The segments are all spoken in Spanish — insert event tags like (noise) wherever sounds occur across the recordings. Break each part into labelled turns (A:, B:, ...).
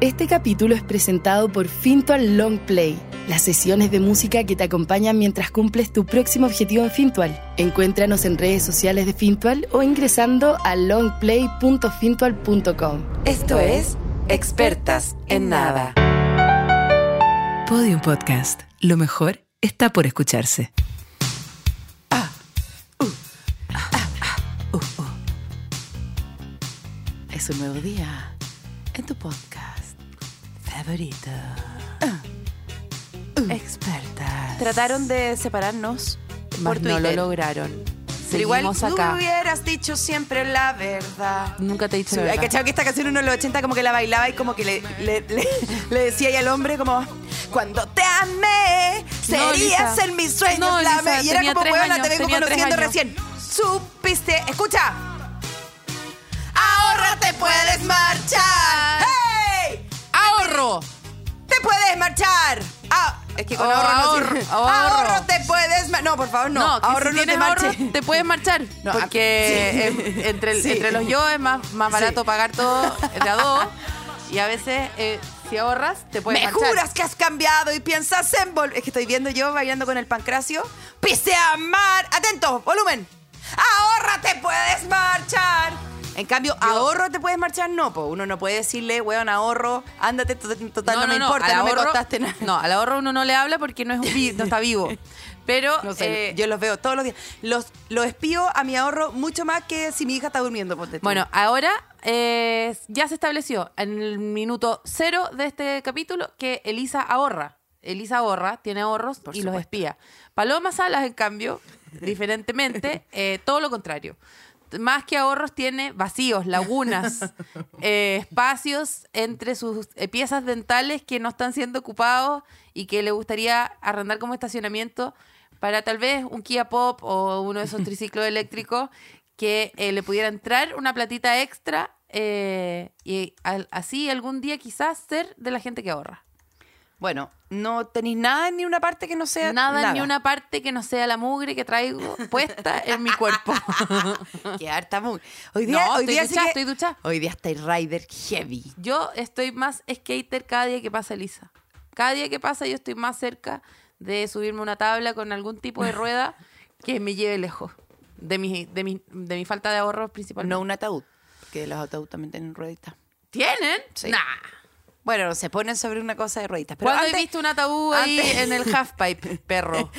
A: Este capítulo es presentado por Fintual Long Play, las sesiones de música que te acompañan mientras cumples tu próximo objetivo en Fintual. Encuéntranos en redes sociales de Fintual o ingresando a longplay.fintual.com.
B: Esto es Expertas en Nada.
C: Podium Podcast. Lo mejor está por escucharse.
A: Es un nuevo día en tu podcast favorito. Expertas.
B: Trataron de separarnos por
D: Mas no
B: Twitter.
D: lo lograron.
B: Pero igual
D: Seguimos
B: tú
D: acá.
B: hubieras dicho siempre la verdad.
D: Nunca te he dicho
B: Hay
D: nada.
B: cachado que esta canción uno en los 80 como que la bailaba y como que le, le- le- le decía ahí al hombre como cuando te amé
D: No,
B: serías
D: Lisa.
B: en mis sueños
D: No,
B: la
D: Lisa,
B: amé". y era
D: tenía
B: como
D: tres
B: huevona, te
D: años,
B: vengo
D: tenía tres
B: conociendo
D: años".
B: recién supiste escucha ahora te puedes marchar ¡Hey!
D: ¡Ahorro!
B: te puedes marchar Ah, es que con
D: Oh,
B: ahorro, no
D: ahorro,
B: sirve.
D: ahorro.
B: ahorro te puedes mar- no por favor no,
D: No, que
B: ahorro
D: si
B: no te
D: tienes
B: marches
D: ahorro, te puedes marchar.
B: No,
D: porque
B: ah, sí.
D: eh, entre, el-
B: Sí.
D: entre los yo es más, más barato pagar todo de a dos. Y a veces, eh, si ahorras, te puedes
B: Me
D: marchar.
B: juras que has cambiado y piensas en volver. Es que estoy viendo yo bailando con el pancracio. Pise a mar. Atento, volumen. Ahorra, te puedes marchar. En cambio, ahorro te puedes marchar, no, po. Uno no puede decirle, weón, ahorro, ándate, to- total, no, me importa,
D: al
B: no me
D: ahorro-
B: costaste nada.
D: No, al ahorro uno no le habla porque no, es un vi- no está vivo. Pero
B: (laughs) No sé,
D: eh,
B: yo los veo todos los días. Los, los espío a mi ahorro mucho más que si mi hija está durmiendo. ponte tú.
D: Bueno, ahora eh, ya se estableció en el minuto cero de este capítulo que Elisa ahorra. Elisa ahorra, tiene ahorros y los espía. Paloma Salas, en cambio, (laughs) diferentemente, eh, todo lo contrario. Más que ahorros, tiene vacíos, lagunas, eh, espacios entre sus eh, piezas dentales que no están siendo ocupados y que le gustaría arrendar como estacionamiento para tal vez un Kia Pop o uno de esos triciclos eléctricos que eh, le pudiera entrar una platita extra eh, y al- así algún día quizás ser de la gente que ahorra.
B: Bueno, no tenéis nada en ni una parte que no sea.
D: Nada, ni una parte que no sea la mugre
B: (laughs)
D: que traigo puesta en mi cuerpo.
B: Qué harta mu- Hoy día,
D: No,
B: hoy
D: estoy
B: día
D: duchada,
B: que-
D: estoy duchada.
B: Hoy día está el rider heavy.
D: Yo estoy más skater cada día que pasa, Elisa. Cada día que pasa yo estoy más cerca de subirme a una tabla con algún tipo de rueda que me lleve lejos de mi, de mi, de mi falta de ahorros principalmente.
B: No un ataúd, que los ataúd también tienen rueditas.
D: ¿Tienen?
B: Sí.
D: Nah.
B: Bueno, se ponen sobre una cosa de rueditas. Pero
D: ¿Cuándo
B: antes,
D: he visto un ataúd ahí
B: antes- (laughs)
D: en el halfpipe, perro?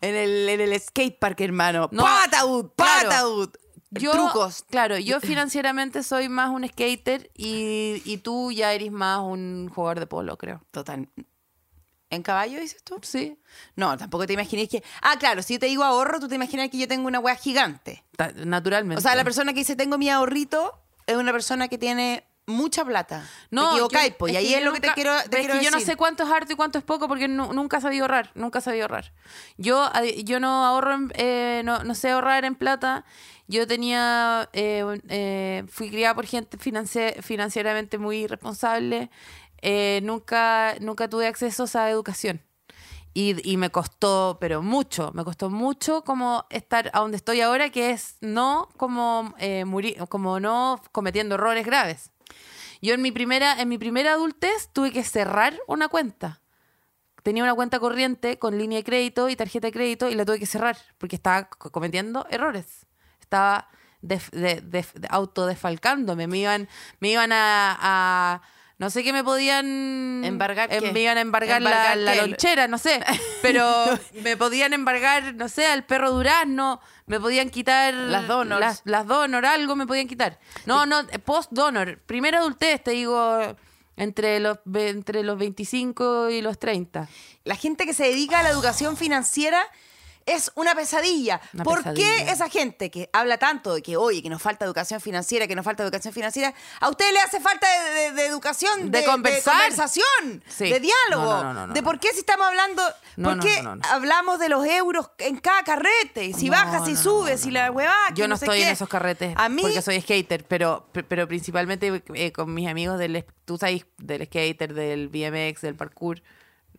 B: en el, en el skatepark, hermano?
D: No,
B: ¡Pa ataúd! ¡Pa
D: claro.
B: ataúd!
D: Yo,
B: Trucos.
D: Claro, yo financieramente soy más un skater y, y tú ya eres más un jugador de polo, creo.
B: Total. ¿En caballo dices tú?
D: Sí.
B: No, tampoco te imaginas que... Ah, claro, si yo te digo ahorro, tú te imaginas que yo tengo una wea gigante.
D: Ta- Naturalmente.
B: O sea, la persona que dice tengo mi ahorrito es una persona que tiene mucha plata.
D: No,
B: te equivocáis,
D: yo-
B: po, y
D: es
B: ahí
D: que
B: es
D: yo
B: lo que te
D: nunca-
B: quiero, te
D: pero es
B: quiero
D: que yo no
B: decir.
D: sé cuánto es harto y cuánto es poco porque nu- nunca sabía ahorrar, nunca sabía ahorrar. Yo, adi- yo no ahorro, en- eh, no, no sé ahorrar en plata. Yo tenía, eh, un- eh, fui criada por gente financi- financieramente muy responsable. Eh, nunca, nunca tuve acceso a educación. Y, y me costó, pero mucho, me costó mucho como estar a donde estoy ahora, que es no como, eh, muri- como no cometiendo errores graves. Yo en mi primera, en mi primera adultez tuve que cerrar una cuenta. Tenía una cuenta corriente con línea de crédito y tarjeta de crédito y la tuve que cerrar porque estaba co- cometiendo errores. Estaba def- de- def- de- autodesfalcándome. Me iban, me iban a, a- no sé qué me podían
B: ¿Embargar
D: em-
B: qué?
D: Me iban a embargar, la-
B: ¿Embargar
D: la,
B: qué?
D: lonchera, no sé.
B: (laughs)
D: Pero me podían embargar, no sé, al perro durazno, me podían quitar
B: Las donors.
D: las- las donor, algo me podían quitar. No, no, post donor, primera adultez, te digo, entre los, ve- entre los 25 y los 30.
B: La gente que se dedica a la educación financiera es una pesadilla.
D: Una
B: ¿Por qué
D: pesadilla.
B: esa gente que habla tanto de que, oye, que nos falta educación financiera, que nos falta educación financiera, a usted le hace falta de, de- de educación,
D: De conversar.
B: conversación,
D: Sí.
B: de diálogo?
D: No, no, no, no,
B: ¿De
D: no,
B: por qué si estamos hablando,
D: No,
B: por
D: no,
B: qué
D: no, no, no.
B: hablamos de los euros en cada carrete? Y si
D: No,
B: baja, si
D: no,
B: sube,
D: no, no,
B: si
D: no.
B: la huevada. que
D: Yo no,
B: sé
D: estoy en
B: qué.
D: esos carretes
B: A mí,
D: porque soy skater, pero, pero principalmente eh, con mis amigos del, es- tú sabes, del skater, del BMX, del parkour.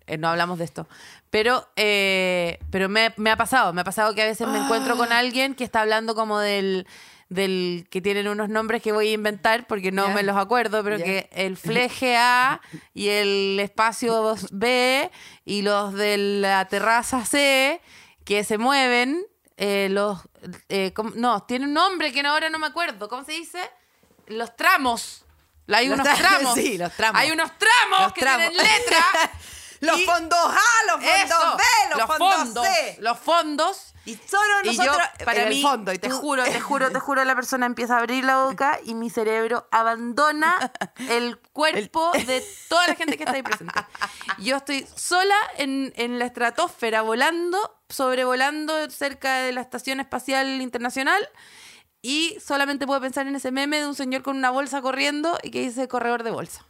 D: eh, no hablamos de esto. Pero,
B: Ah.
D: eh, pero me, me ha pasado, me ha pasado que a veces me encuentro con alguien que está hablando como del del que tienen unos nombres que voy a inventar porque no
B: Ya.
D: me los acuerdo, pero
B: Ya.
D: que
B: (laughs)
D: el fleje A y el espacio B y los de la terraza C que se mueven, eh, los... eh, ¿cómo? no, tiene un nombre que no- ahora no me acuerdo. ¿Cómo se dice? Los tramos. Hay
B: Los
D: unos
B: tra- (laughs)
D: tramos.
B: sí, los tramos.
D: Hay unos tramos
B: Los
D: que
B: tramos.
D: tienen
B: (laughs)
D: (laughs) letra.
B: Los
D: Y-
B: fondos A, los fondos
D: Eso,
B: B, los, fondos, C.
D: Los fondos.
B: Y solo
D: Y yo,
B: nosotros
D: para
B: en
D: mí,
B: el fondo. Y te
D: tú-
B: juro,
D: te juro, te juro, la persona empieza a abrir la boca y mi cerebro (laughs) abandona el cuerpo de toda la gente que está ahí presente. Yo estoy sola en, en la estratosfera, volando, sobrevolando cerca de la Estación Espacial Internacional y solamente puedo pensar en ese meme de un señor con una bolsa corriendo y que dice corredor de (laughs) bolsa.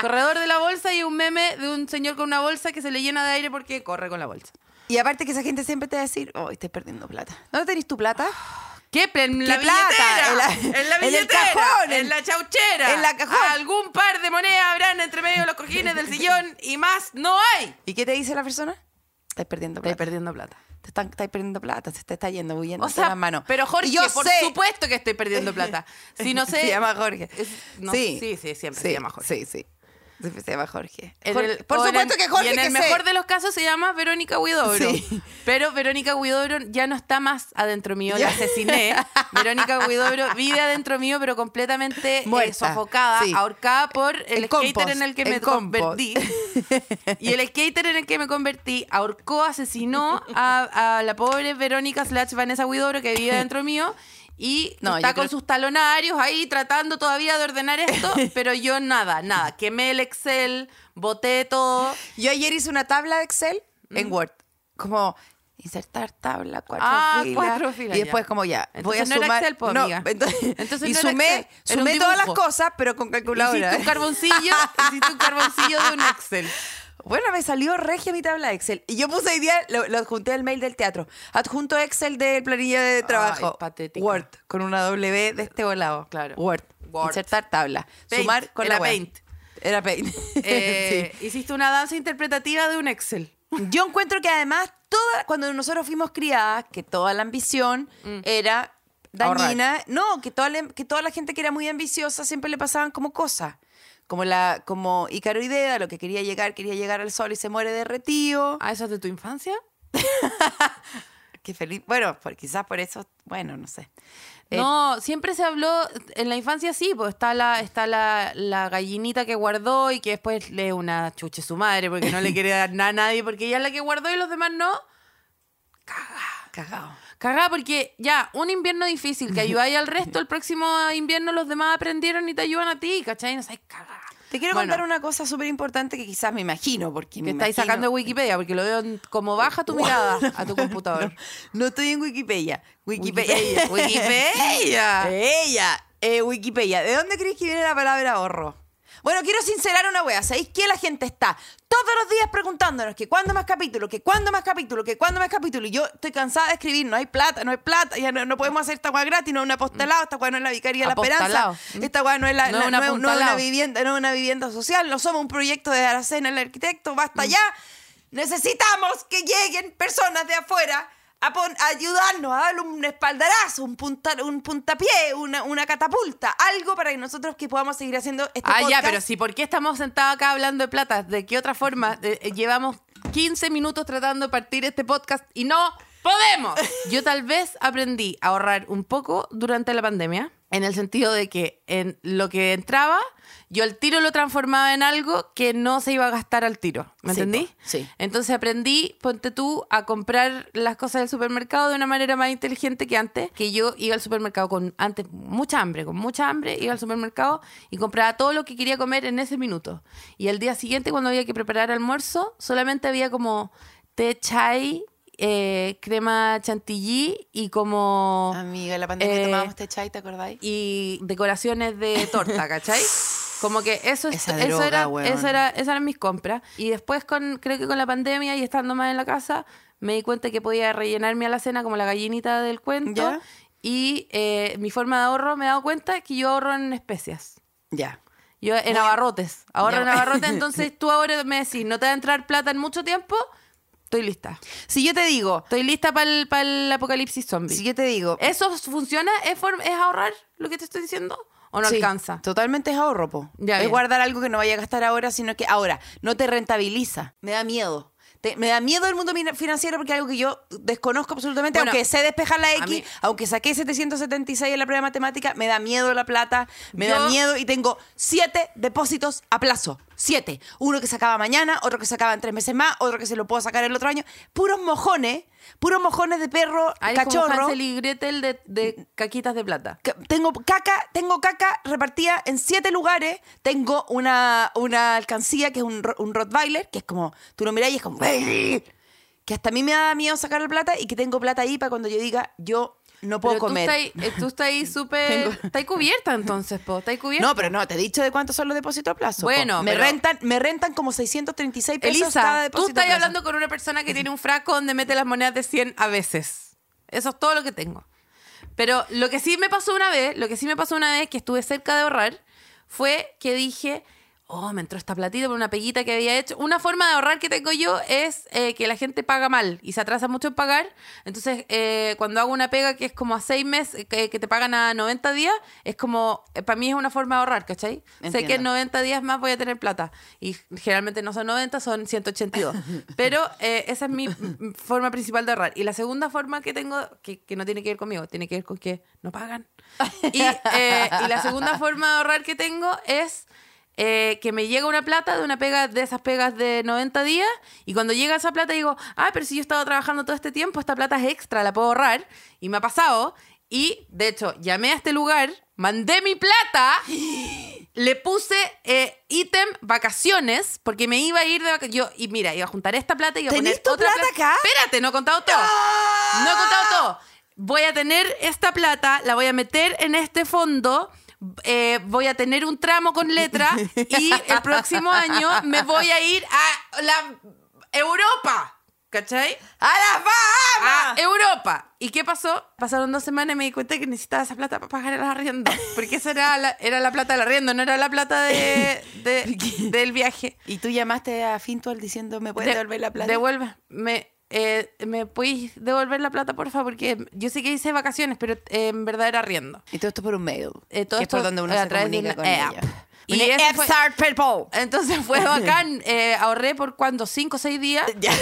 D: Corredor de la bolsa y un meme de un señor con una bolsa que se le llena de aire porque corre con la bolsa.
B: Y aparte que esa gente siempre te va a decir, oh, estás perdiendo plata. ¿Dónde tenés tu plata?
D: ¿Qué? Pero En la
B: ¿Qué plata?
D: billetera.
B: En la-
D: en la
B: en el
D: billetera.
B: cajón,
D: En
B: en-
D: la chauchera.
B: en la cajón.
D: Algún par de monedas habrán entre medio de los cojines del sillón y más no hay.
B: ¿Y qué te dice la persona? Estás perdiendo plata.
D: perdiendo plata.
B: te están, estáis perdiendo plata, se te está yendo huyendo
D: O
B: de
D: sea,
B: las manos.
D: pero Jorge,
B: Y yo
D: por
B: sé-
D: supuesto que estoy perdiendo plata. Si no
B: (laughs)
D: sé.
B: Se llama Jorge.
D: Es- no,
B: sí.
D: sí, sí, siempre se llama Jorge.
B: Sí, sí. Siempre se llama Jorge.
D: En
B: Jorge-
D: el-
B: por
D: o en
B: supuesto
D: el-
B: que Jorge
D: Y en el
B: que
D: mejor
B: sé.
D: de los casos se llama Verónica Huidobro.
B: Sí.
D: Pero Verónica Huidobro ya no está más adentro mío, la
B: Ya. (laughs)
D: asesiné. Verónica Huidobro vive adentro mío, pero completamente eh,
B: Muerta,
D: sofocada,
B: sí.
D: ahorcada por el,
B: El
D: skater
B: compost,
D: en el que
B: el
D: me
B: compost.
D: convertí.
B: (laughs)
D: Y el skater en el que me convertí ahorcó, asesinó a, a la pobre Verónica slash Vanessa Huidobro que vive dentro mío. Y
B: No,
D: está
B: yo
D: con
B: creo-
D: sus talonarios ahí tratando todavía de (laughs) ordenar esto, pero yo nada, nada. Quemé el Excel, boté todo.
B: Yo ayer hice una tabla de Excel en Word. Como insertar tabla, cuatro
D: Ah,
B: filas.
D: cuatro filas,
B: Y
D: ya.
B: después como ya, voy a
D: Entonces no era
B: sumar.
D: Excel, po, amiga.
B: entonces,
D: Entonces
B: y
D: no era
B: sumé,
D: Excel, era un
B: sumé todas las
D: dibujo.
B: cosas, pero con calculadora.
D: Hiciste un (laughs) carboncillo, hiciste un carboncillo de un (laughs) Excel.
B: (laughs) Bueno, me salió regia mi tabla de Excel. Y yo puse hoy día, lo, lo adjunté al mail del teatro. Adjunto Excel de planilla de trabajo.
D: es patética.
B: Word, con una W de este volado.
D: Claro.
B: Word.
D: Word.
B: Insertar tabla.
D: Paint,
B: Sumar con
D: era
B: la web.
D: Paint.
B: Era Paint.
D: Eh,
B: (laughs) Sí.
D: Hiciste una danza interpretativa de un Excel.
B: Yo encuentro que además, toda, cuando nosotros fuimos criadas, que toda la ambición era dañina. No, que toda, la, em, que toda la gente que era muy ambiciosa siempre le pasaban como cosas. Como la, como Icaroidea, lo que quería llegar, quería llegar al sol y se muere derretido.
D: ¿Ah, eso es de tu infancia?
B: Ah, Qué feliz. Bueno, por, quizás por eso, bueno, no sé. Eh,
D: No, siempre se habló, en la infancia sí, pues está la, está la, la gallinita que guardó y que después lee una chuche su madre porque no le quiere dar nada a nadie, porque ella es la que guardó y los demás no.
B: Cagado.
D: Cagá, porque ya, un invierno difícil, que ayudáis al resto, el próximo invierno los demás aprendieron y te ayudan a ti, ¿cachai? No sabes cagá.
B: Te quiero
D: Bueno,
B: contar una cosa súper importante que quizás me imagino, porque
D: Que
B: me
D: estáis
B: imagino-
D: sacando de Wikipedia, porque lo veo en- como baja tu mirada a tu computador.
B: No estoy en Wikipedia. (laughs) Wikipedia.
D: Wikipedia. Wikipedia.
B: Ella. Eh, Wikipedia. ¿De dónde crees que viene la palabra ahorro? Bueno, quiero sincerar una wea. ¿Sabéis que la gente está todos los días preguntándonos que cuándo más capítulo, que cuándo más capítulo, que cuándo más capítulo? Y yo estoy cansada de escribir. No hay plata, no hay plata. Ya no, no podemos hacer esta wea gratis. No es un apostalado. Esta wea no es la vicaría de la
D: Apostalado.
B: esperanza. Esta wea no es, la,
D: No
B: la-
D: es un
B: no es- no es una
D: apuntalado.
B: vivienda, no es una vivienda social. No somos un proyecto de Aracena, el arquitecto. Basta ya. Necesitamos que lleguen personas de afuera a, pon- a ayudarnos, a darle un espaldarazo, un, punta- un puntapié, una, una catapulta, algo para que nosotros que podamos seguir haciendo este
D: Ah, ya,
B: podcast.
D: pero si, ¿por qué estamos sentados acá hablando de plata? ¿De qué otra forma? Eh, eh, llevamos 15 minutos tratando de partir este podcast y no
B: (laughs)
D: podemos. Yo tal vez aprendí a ahorrar un poco durante la pandemia, en el sentido de que en lo que entraba, yo al tiro lo transformaba en algo que no se iba a gastar al tiro. ¿Me
B: Sí,
D: entendí?
B: po, sí.
D: Entonces aprendí, ponte tú, a comprar las cosas del supermercado de una manera más inteligente que antes. Que yo iba al supermercado con antes mucha hambre, con mucha hambre, iba al supermercado y compraba todo lo que quería comer en ese minuto. Y al día siguiente, cuando había que preparar almuerzo, solamente había como té chai, eh, crema chantilly y como
B: Amiga, la pandemia
D: Eh,
B: tomábamos este chai, ¿te acordáis?
D: y decoraciones de torta, ¿cachai?
B: (laughs)
D: Como que eso, es-
B: Esa
D: eso,
B: droga,
D: era,
B: weón.
D: eso era- esas eran mis compras. Y después, con, creo que con la pandemia y estando más en la casa, me di cuenta que podía rellenarme a la cena como la gallinita del cuento.
B: Ya.
D: Y eh, mi forma de ahorro, me he dado cuenta que yo ahorro en especias.
B: Ya.
D: Yo en abarrotes. Ahorro
B: Ya. (laughs)
D: en abarrotes. Entonces tú ahora me decís, no te va a entrar plata en mucho tiempo. Estoy lista.
B: Si yo te digo,
D: Estoy lista para el, apocalipsis zombie.
B: si yo te digo,
D: ¿Eso funciona? ¿Es, for- es ahorrar lo que te estoy diciendo? ¿O no
B: Sí,
D: alcanza?
B: Totalmente es ahorro, po.
D: Ya,
B: es
D: bien.
B: guardar algo que no vaya a gastar ahora, sino que ahora no te rentabiliza. Me da miedo. Te- me da miedo el mundo mina- financiero porque es algo que yo desconozco absolutamente.
D: Bueno,
B: aunque sé despejar la
D: a
B: X,
D: mí-
B: aunque saqué 776 en la prueba de matemática, me da miedo la plata, me da
D: Yo-
B: miedo y tengo siete depósitos a plazo. Siete. Uno que se acaba mañana, otro que se acaba en tres meses más, otro que se lo puedo sacar el otro año. Puros mojones, puros mojones de perro,
D: Ay, es como
B: cachorro.
D: Hansel y Gretel de, de caquitas de plata.
B: Ca- Tengo caca, tengo caca repartida en siete lugares. Tengo una, una alcancía que es un, ro- un Rottweiler, que es como, tú lo mirás y es como, (laughs) que hasta a mí me da miedo sacar la plata y que tengo plata ahí para cuando yo diga, yo no puedo
D: Pero
B: comer.
D: Tú estás ahí- eh, tú estás ahí
B: (laughs)
D: súper...
B: Tengo-
D: Estás ahí cubierta entonces, po. Estás ahí cubierta.
B: No, pero no, te he dicho de cuántos son los depósitos a plazo. po.
D: Bueno,
B: me
D: pero-
B: rentan me rentan como 636 pesos cada
D: Elisa, tú
B: depósito a
D: estás
B: plazo.
D: hablando con una persona que tiene un frasco donde mete las monedas de 100 a veces. Eso es todo lo que tengo. Pero lo que sí me pasó una vez, lo que sí me pasó una vez que estuve cerca de ahorrar, fue que dije, oh, me entró esta platita por una peguita que había hecho. Una forma de ahorrar que tengo yo es eh, que la gente paga mal y se atrasa mucho en pagar. Entonces, eh, cuando hago una pega que es como a seis meses, eh, que, que te pagan a 90 días, es como, eh, para mí es una forma de ahorrar, ¿cachai? Sé que en
B: Entiendo.
D: 90 días más voy a tener plata. Y generalmente no son 90, son 182. Pero eh, esa es mi mm, forma principal de ahorrar. Y la segunda forma que tengo, que, que no tiene que ver conmigo, tiene que ver con que no pagan. Y, eh, y la segunda forma de ahorrar que tengo es eh, que me llega una plata de una pega de esas pegas de 90 días. Y cuando llega esa plata digo, ah, pero si yo he estado trabajando todo este tiempo, esta plata es extra, la puedo ahorrar. Y me ha pasado. Y de hecho, llamé a este lugar, mandé mi plata le puse eh, ítem vacaciones porque me iba a ir de vacaciones. Yo, y mira, iba a juntar esta plata y iba a
B: ¿Tenés
D: poner
B: tu
D: otra
B: plata acá?
D: Espérate, no he contado todo. No he contado todo. Voy a tener esta plata, la voy a meter en este fondo. eh, voy a tener un tramo con letra y el próximo año me voy a ir a la Europa. ¿Cachai?
B: ¡A las
D: a
B: Bahamas!
D: Europa. ¿Y qué pasó? Pasaron dos semanas y me di cuenta que necesitaba esa plata para pagar el arriendo. Porque esa era la, era la plata del arriendo, no era la plata de, de- del viaje.
B: y tú llamaste a Fintual diciendo, ¿me puedes
D: De-
B: devolver la plata?
D: Devuelve. Me, eh, ¿Me puedes devolver la plata, por favor? Porque yo sé que hice vacaciones, pero eh, en verdad era arriendo.
B: y todo esto por un mail.
D: Eh, todo
B: que es por
D: esto
B: donde uno
D: a
B: se
D: través de
B: comunica
D: una
B: con
D: app.
B: ellos.
D: Y
B: Una
D: ese
B: app
D: fue-
B: start people.
D: (laughs)
B: (laughs)
D: Entonces fue bacán. eh, ahorré por cuánto, cinco o seis días.
B: Ya,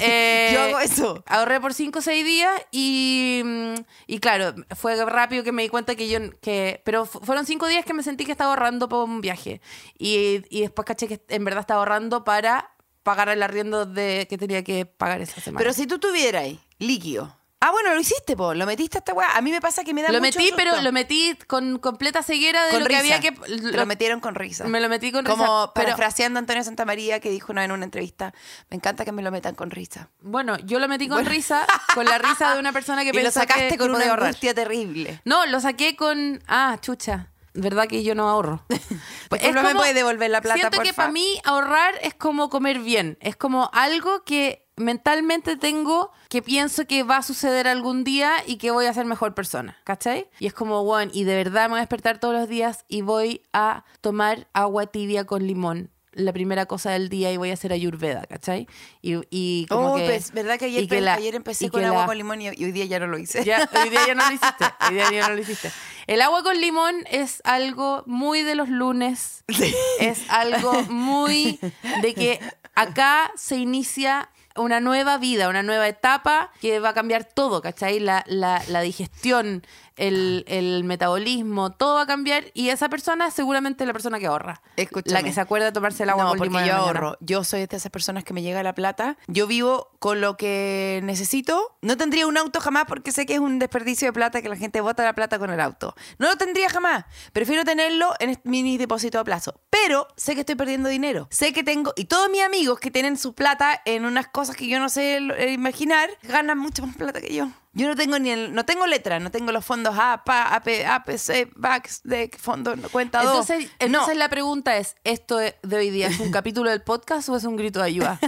D: Eh,
B: yo hago eso.
D: Ahorré por 5 o 6 días y, mm, y claro, fue rápido que me di cuenta que yo, que, pero fu- fueron 5 días que me sentí que estaba ahorrando para un viaje y, y después caché que en verdad estaba ahorrando para pagar el arriendo de, que tenía que pagar esa semana.
B: Pero si tú tuvieras líquido. Ah, bueno, lo hiciste, po. Lo metiste a esta weá. A mí me pasa que me da
D: lo
B: mucho
D: metí,
B: susto.
D: pero lo metí con completa ceguera de
B: con
D: lo que
B: risa.
D: había que...
B: Te Lo, metieron con risa.
D: Me lo metí con
B: Como
D: risa, pero-
B: parafraseando a Antonio Santamaría que dijo una vez en una entrevista, me encanta que me lo metan con risa.
D: Bueno, yo lo metí con risa, con la risa de una persona
B: (laughs)
D: que
B: y lo
D: pensó
B: sacaste
D: que
B: con
D: podía
B: una
D: ahorrar.
B: angustia terrible.
D: No, lo saqué con. Ah, chucha. ¿Verdad que yo no ahorro?
B: (laughs) Por favor, ¿me puedes devolver la plata,
D: Pues Siento que
B: porfa?
D: para mí ahorrar es como comer bien. Es como algo que mentalmente tengo que pienso que va a suceder algún día y que voy a ser mejor persona. ¿Cachai? Y es como, one, y de verdad me voy a despertar todos los días y voy a tomar agua tibia con limón. La primera cosa del día y voy a hacer ayurveda, ¿cachai? Y, y como
B: Oh,
D: que.
B: pues, ¿verdad que ayer,
D: y que
B: pe-
D: la-
B: ayer
D: y
B: empecé
D: que
B: con agua
D: la-
B: con limón y, y hoy día ya no lo hice? (laughs)
D: ya, hoy día ya no lo hiciste. Hoy día ya no lo hiciste. El agua con limón es algo muy de los lunes. Es algo muy de que acá se inicia una nueva vida, una nueva etapa que va a cambiar todo, ¿cachai? La, la- la digestión, el, el metabolismo, todo va a cambiar y esa persona es seguramente la persona que ahorra.
B: Escúchame.
D: La que se acuerda de tomarse el agua
B: no,
D: con
B: porque
D: limón. en
B: yo
D: la mañana.
B: ahorro. Yo soy de esas personas que me llega la plata. Yo vivo con lo que necesito. No tendría un auto jamás porque sé que es un desperdicio de plata que la gente bota la plata con el auto. No lo tendría jamás. Prefiero tenerlo en est- mini depósito a plazo. Pero sé que estoy perdiendo dinero. Sé que tengo... Y todos mis amigos que tienen su plata en unas cosas que yo no sé lo- eh, imaginar, ganan mucho más plata que yo. Yo no tengo ni el- no tengo letra, no tengo los fondos APA, AP, APC, VAX, de fondo, cuenta 2.
D: Entonces, entonces la pregunta es, ¿esto de hoy
B: (laughs)
D: día es un capítulo del podcast o es un grito de ayuda?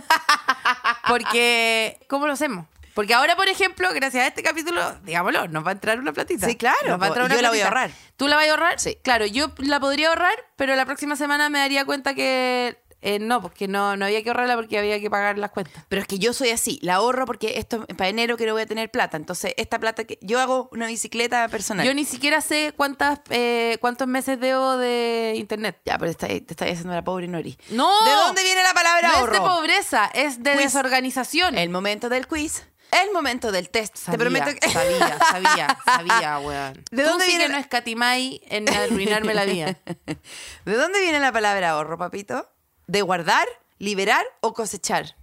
D: Porque, ¿cómo lo hacemos? Porque ahora, por ejemplo, gracias a este capítulo, digámoslo, nos va a entrar una platita.
B: Sí, claro,
D: Nos va a
B: po,
D: entrar
B: yo
D: una
B: la voy a
D: platita.
B: ahorrar.
D: ¿Tú la vas a ahorrar?
B: Sí.
D: Claro, yo la podría ahorrar, pero la próxima semana me daría cuenta que Eh, no, porque no, no había que ahorrarla porque había que pagar las cuentas.
B: Pero es que yo soy así, la ahorro porque esto para enero que no voy a tener plata. Entonces, esta plata que yo hago una bicicleta personal.
D: Yo ni siquiera sé cuántas eh, cuántos meses debo de internet.
B: Ya, pero está- te estás haciendo la pobre Nori.
D: ¡No!
B: ¿De dónde viene la palabra
D: No es
B: ahorro?
D: de pobreza, es de
B: Quiz.
D: desorganización.
B: El momento del quiz, el momento del test.
D: Sabía,
B: Te prometo que
D: sabía, sabía,
B: (laughs)
D: sabía, weón.
B: ¿De
D: Tú
B: dónde
D: sí
B: viene
D: que
B: la-
D: no escatimáis en arruinarme la
B: (laughs)
D: vida.
B: ¿De dónde viene la palabra ahorro, papito? ¿De guardar, liberar o cosechar?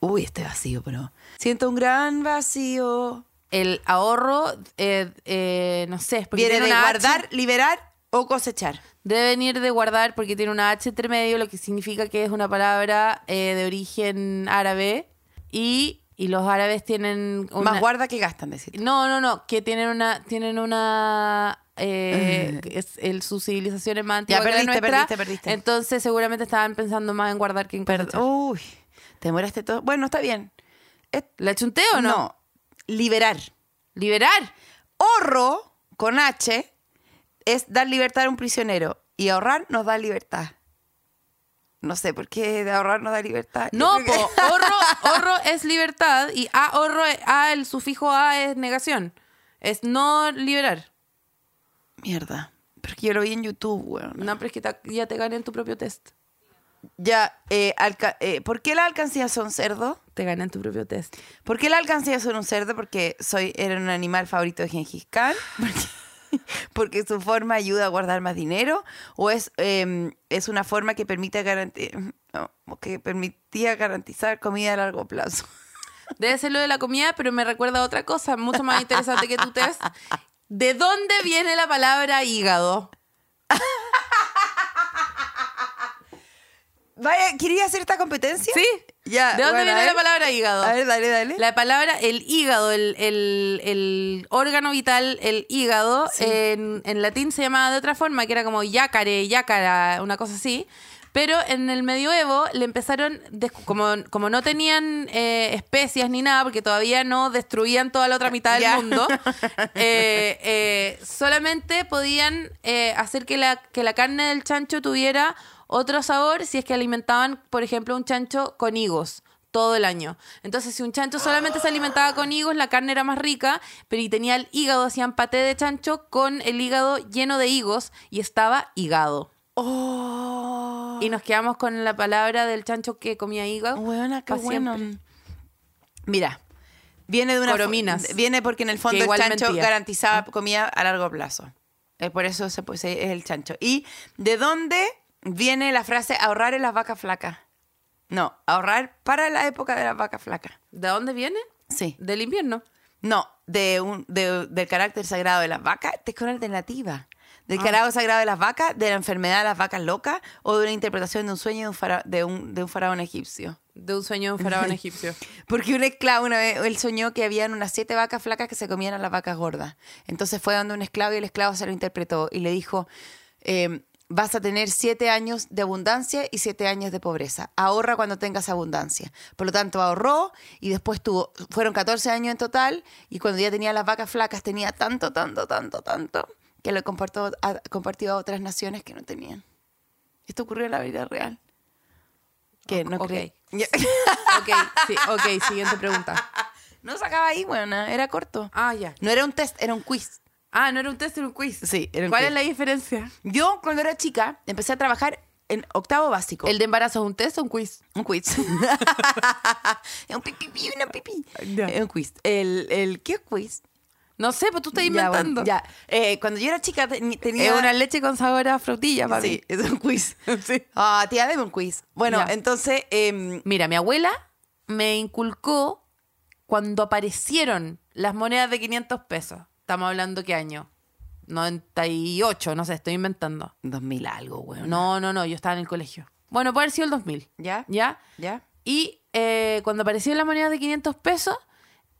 B: Uy, este vacío, pero. Siento un gran vacío.
D: El ahorro, eh, eh, no sé, porque
B: Viene
D: tiene
B: de
D: una H.
B: guardar, liberar o cosechar.
D: Debe venir de guardar porque tiene una H entre medio, lo que significa que es una palabra eh, de origen árabe. Y, y los árabes tienen una-
B: Más guarda que gastan, decir.
D: No, no, no, que tienen una... Tienen una
B: (laughs)
D: eh, es- el, su civilización es más antigua que la
B: perdiste,
D: nuestra,
B: perdiste, perdiste.
D: Entonces seguramente estaban pensando más en guardar que en cosechar.
B: Uy, te demoraste todo. Bueno, está bien. Es-
D: ¿La chunteo o no?
B: No, liberar.
D: ¿Liberar?
B: Ahorro con H es dar libertad a un prisionero y ahorrar nos da libertad. No sé por qué de ahorrar nos da libertad. Yo
D: No,
B: creo que- (laughs)
D: po, ahorro, ahorro es libertad y ahorro, es- a, el sufijo a es negación. Es no liberar.
B: Mierda. Pero es que yo lo vi en YouTube, weón.
D: No, pero es que ta- ya te gané en tu propio test.
B: Ya, eh, alca- eh, ¿por qué las alcancías son cerdo?
D: Te gané en tu propio test.
B: ¿Por qué las alcancías son un cerdo? Porque soy, era un animal favorito de Gengis Khan. (laughs) Porque, porque su forma ayuda a guardar más dinero. O es, eh, es una forma que permite garanti- no, que permitía garantizar comida a largo plazo.
D: Debe ser lo de la comida, pero me recuerda a otra cosa mucho más interesante que tu test. ¿De dónde viene la palabra hígado?
B: Vaya, ¿querías hacer esta competencia?
D: ¿Sí?
B: Ya.
D: ¿De dónde
B: bueno, a
D: viene la
B: ver.
D: palabra hígado?
B: A ver, dale, dale.
D: La palabra, el hígado, el, el- el órgano vital, el hígado, en, en latín se llamaba de otra forma, que era como yácare, yácara, una cosa así. Pero en el medioevo le empezaron, des- como, como no tenían eh, especias ni nada, porque todavía no destruían toda la otra mitad del
B: Ya. (laughs)
D: mundo, eh, eh, solamente podían eh, hacer que la, que la carne del chancho tuviera otro sabor si es que alimentaban, por ejemplo, un chancho con higos todo el año. Entonces, si un chancho solamente se alimentaba con higos, la carne era más rica, pero y tenía el hígado, hacían paté de chancho con el hígado lleno de higos y estaba hígado.
B: Oh.
D: Y nos quedamos con la palabra del chancho que comía hígado.
B: Huevona, qué
D: pa'
B: bueno.
D: siempre.
B: Mira, viene de una.
D: Corominas.
B: Viene porque en el fondo
D: Que
B: el
D: igual
B: chancho
D: mentía.
B: garantizaba comida a largo plazo. Eh, Por eso se, pues, es el chancho. ¿Y de dónde viene la frase ahorrar en las vacas flacas? No, ahorrar para la época de las vacas flacas.
D: ¿De dónde viene?
B: Sí.
D: Del invierno.
B: No, de un, de- del carácter sagrado de las vacas, te es una alternativa.
D: Ah.
B: Del carácter sagrado de las vacas, de la enfermedad de las vacas locas o de una interpretación de un sueño de un, fara- de un, de un faraón egipcio.
D: De un sueño de un faraón egipcio.
B: Porque un esclavo una vez, él soñó que habían unas siete vacas flacas que se comían a las vacas gordas. Entonces fue donde un esclavo y el esclavo se lo interpretó y le dijo, eh, vas a tener siete años de abundancia y siete años de pobreza. Ahorra cuando tengas abundancia. Por lo tanto, ahorró y después tuvo, fueron 14 años en total y cuando ya tenía las vacas flacas tenía tanto, tanto, tanto, tanto que lo compartió a, compartió a otras naciones que no tenían. Esto ocurrió en la vida real. Que no
D: Ok.
B: cree-
D: Ok, sí, ok, siguiente pregunta.
B: No sacaba ahí, buena, era corto.
D: Ah, ya.
B: No era un test, era un quiz.
D: Ah, no era un test, era un quiz.
B: Sí, era un
D: ¿Cuál
B: quiz.
D: es la diferencia?
B: Yo, cuando era chica, empecé a trabajar en octavo básico.
D: de embarazo es un test o un quiz?
B: un quiz.
D: (laughs)
B: un pipí, una pipí.
D: Ya.
B: Eh, Un quiz. El, el, ¿Qué quiz?
D: No sé, pues tú estás
B: Ya,
D: inventando.
B: bueno, Ya, Eh, cuando yo era chica te- ni- tenía...
D: Es una leche con sabor a frutilla, papi.
B: Sí, es un quiz.
D: (laughs)
B: Ah, tía, dame un quiz. Bueno,
D: Ya.
B: entonces... em,
D: Mira, mi abuela me inculcó cuando aparecieron las monedas de 500 pesos. Estamos hablando qué año? 98, no sé, estoy inventando.
B: 2000 algo, weón.
D: No, no, no, yo estaba en el colegio. Bueno, puede haber sido el 2000.
B: ¿Ya?
D: ¿Ya?
B: ¿Ya?
D: Y eh, cuando aparecieron las monedas de 500 pesos,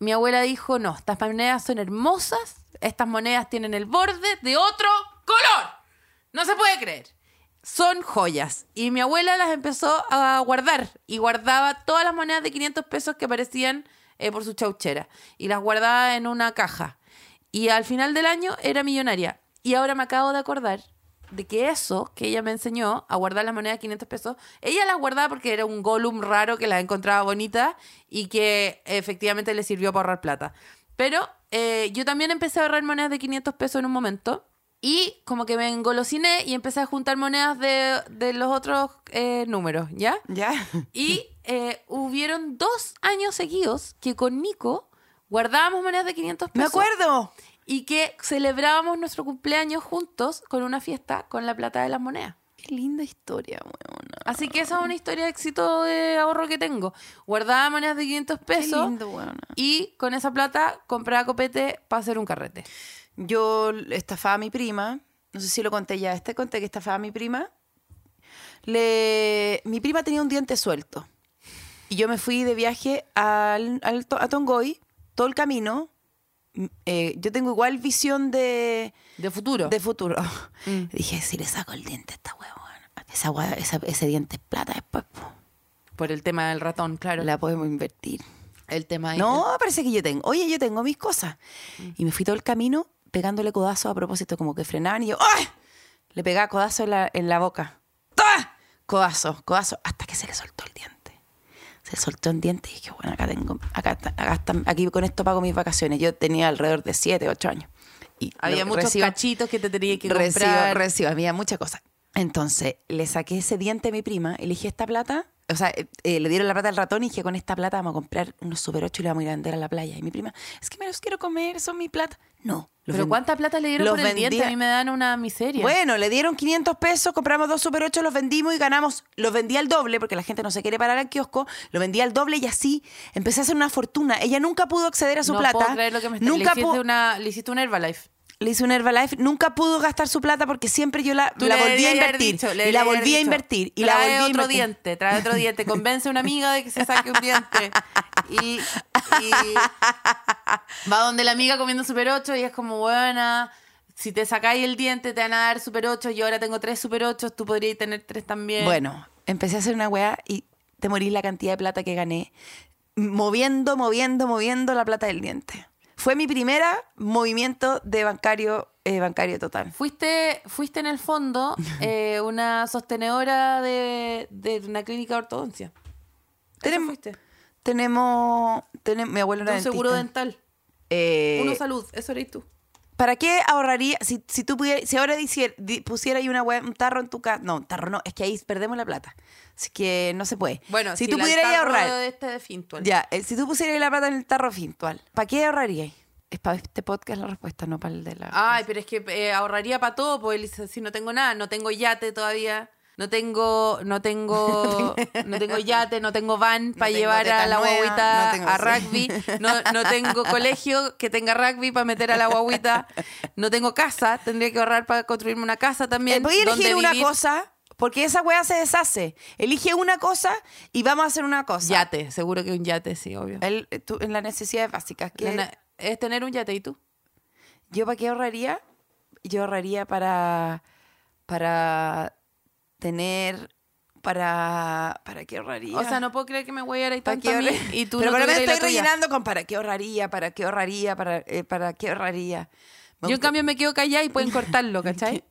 D: mi abuela dijo, no, estas monedas son hermosas, estas monedas tienen el borde de otro color. No se puede creer. Son joyas. Y mi abuela las empezó a guardar y guardaba todas las monedas de 500 pesos que aparecían eh, por su chauchera y las guardaba en una caja. Y al final del año era millonaria. Y ahora me acabo de acordar de que eso que ella me enseñó a guardar las monedas de 500 pesos, ella las guardaba porque era un Gollum raro que la encontraba bonita y que efectivamente le sirvió para ahorrar plata. Pero eh, yo también empecé a ahorrar monedas de 500 pesos en un momento y como que me engolosiné y empecé a juntar monedas de, de los otros eh, números, ¿ya?
B: ¿Ya?
D: Y eh, hubieron dos años seguidos que con Nico guardábamos monedas de 500 pesos.
B: Me acuerdo.
D: Y que celebrábamos nuestro cumpleaños juntos con una fiesta con la plata de las monedas.
B: Qué linda historia, weona.
D: Así que esa es una historia de éxito de ahorro que tengo. Guardaba monedas de 500 pesos
B: Qué lindo, weona.
D: y con esa plata compraba copete para hacer un carrete.
B: Yo estafaba a mi prima. No sé si lo conté ya. Este conté que estafaba a mi prima. Le... Mi prima tenía un diente suelto. Y yo me fui de viaje al, al to- a Tongoy todo el camino. Mm, eh, yo tengo igual visión de,
D: De futuro. Mm.
B: de
D: (laughs)
B: futuro. Dije, si le saco el diente a esta huevona, esa, hua- esa- ese diente es plata después, po.
D: Por el tema del ratón, claro.
B: la podemos invertir.
D: El tema de-
B: No, parece que yo tengo. Oye, yo tengo mis cosas.
D: Mm.
B: Y me fui todo el camino pegándole codazos a propósito, como que frenaban y yo, ¡ay! Le pegaba codazo en la, en la boca. ¡Toma! Codazo, codazo, hasta que se le soltó el diente. Se le soltó el diente y dije, bueno, acá tengo, acá, está- acá está- aquí con esto pago mis vacaciones. Yo tenía alrededor de 7, 8 años. Y
D: Había
B: lo-
D: muchos
B: recibo-
D: cachitos que te tenía que
B: recibo,
D: comprar.
B: recibo, había muchas cosas. Entonces, le saqué ese diente a mi prima y le dije, esta plata, o sea, eh, eh, le dieron la plata al ratón y dije, con esta plata vamos a comprar unos Super 8 y le vamos a ir a vender a la playa. Y mi prima, es que me los quiero comer, son mi plata. No. los
D: Pero
B: vend-
D: ¿cuánta plata le dieron
B: los
D: por el diente?
B: vendía-
D: A mí me dan una miseria.
B: Bueno, le dieron 500 pesos, compramos dos Super 8, los vendimos y ganamos. Los vendí al doble porque la gente no se quiere parar al kiosco. Lo vendí al doble y así empecé a hacer una fortuna. Ella nunca pudo acceder a su
D: no
B: plata.
D: puedo creer lo que me está-
B: nunca
D: le,
B: pu-
D: hiciste una, le hiciste un Herbalife.
B: le hice un Herbalife, nunca pudo gastar su plata porque siempre yo la,
D: Tú
B: la
D: le
B: volví a
D: deberías haber
B: invertir.
D: dicho, le
B: y la
D: deberías haber
B: volví a
D: dicho,
B: invertir. Y la
D: trae
B: volví a
D: otro
B: invertir.
D: diente, trae otro diente. Convence a una amiga de que se saque un
B: (laughs)
D: diente. Y, y va donde la amiga comiendo Super 8 y es como, buena, si te sacáis el diente te van a dar Super 8. Yo ahora tengo tres Super 8, tú podrías tener tres también.
B: Bueno, empecé a hacer una weá y te morís la cantidad de plata que gané. Moviendo, moviendo, moviendo la plata del diente. Fue mi primera movimiento de bancario, eh, bancario total.
D: Fuiste, fuiste en el fondo eh, una sostenedora de, de una clínica de ortodoncia.
B: Tenem-
D: fuiste?
B: Tenemos, tenem- mi abuelo
D: De
B: era
D: un seguro
B: dentista.
D: dental.
B: Eh,
D: Uno salud, eso eres tú.
B: ¿Para qué ahorraría si, si tú pudieras, si ahora dicier- di- pusiera ahí una wea- un tarro en tu casa? No, un tarro no, es que ahí perdemos la plata. Así que no se puede.
D: Bueno,
B: si,
D: sí,
B: tú
D: la-
B: pudieras
D: está
B: ahorrar,
D: rodeado de este de Fintual.
B: ya, eh, si tú pusieras la plata en el tarro virtual, ¿para qué ahorrarías? Es para este podcast la respuesta, no para el de la.
D: Ay, pero es que eh, ahorraría para todo, porque si no tengo nada, no tengo yate todavía, no tengo,
B: (laughs)
D: no tengo, no tengo yate, no tengo van para
B: tengo
D: llevar a
B: tetas
D: la
B: nuevas,
D: guaguita
B: no tengo-
D: a
B: sí.
D: rugby, no,
B: (laughs)
D: no tengo colegio que tenga rugby para meter a la guaguita, no tengo casa, tendría que ahorrar para construirme una casa
B: Eh,
D: también.
B: voy a elegir
D: donde
B: una
D: vivir.
B: cosa, porque esa wea se deshace. Elige una cosa y vamos a hacer una cosa.
D: Yate, seguro que un yate, sí, obvio.
B: El- eh, tú- en las necesidades básicas. que-
D: Nena, Es tener un yate y tú.
B: ¿Yo para qué ahorraría? Yo ahorraría para. para tener. para. ¿Para qué ahorraría?
D: O sea, no puedo creer que me voy a ir ahí
B: ¿Para
D: tanto
B: qué
D: a mí
B: ahorrar-
D: y tú
B: Pero
D: no
B: para mí
D: tuvieras la
B: estoy
D: tuya.
B: rellenando con para qué ahorraría, para qué ahorraría, para, eh, para qué ahorraría. Me
D: Yo en
B: gusta-
D: cambio me quedo callada y
B: (laughs)
D: pueden cortarlo, ¿cachai?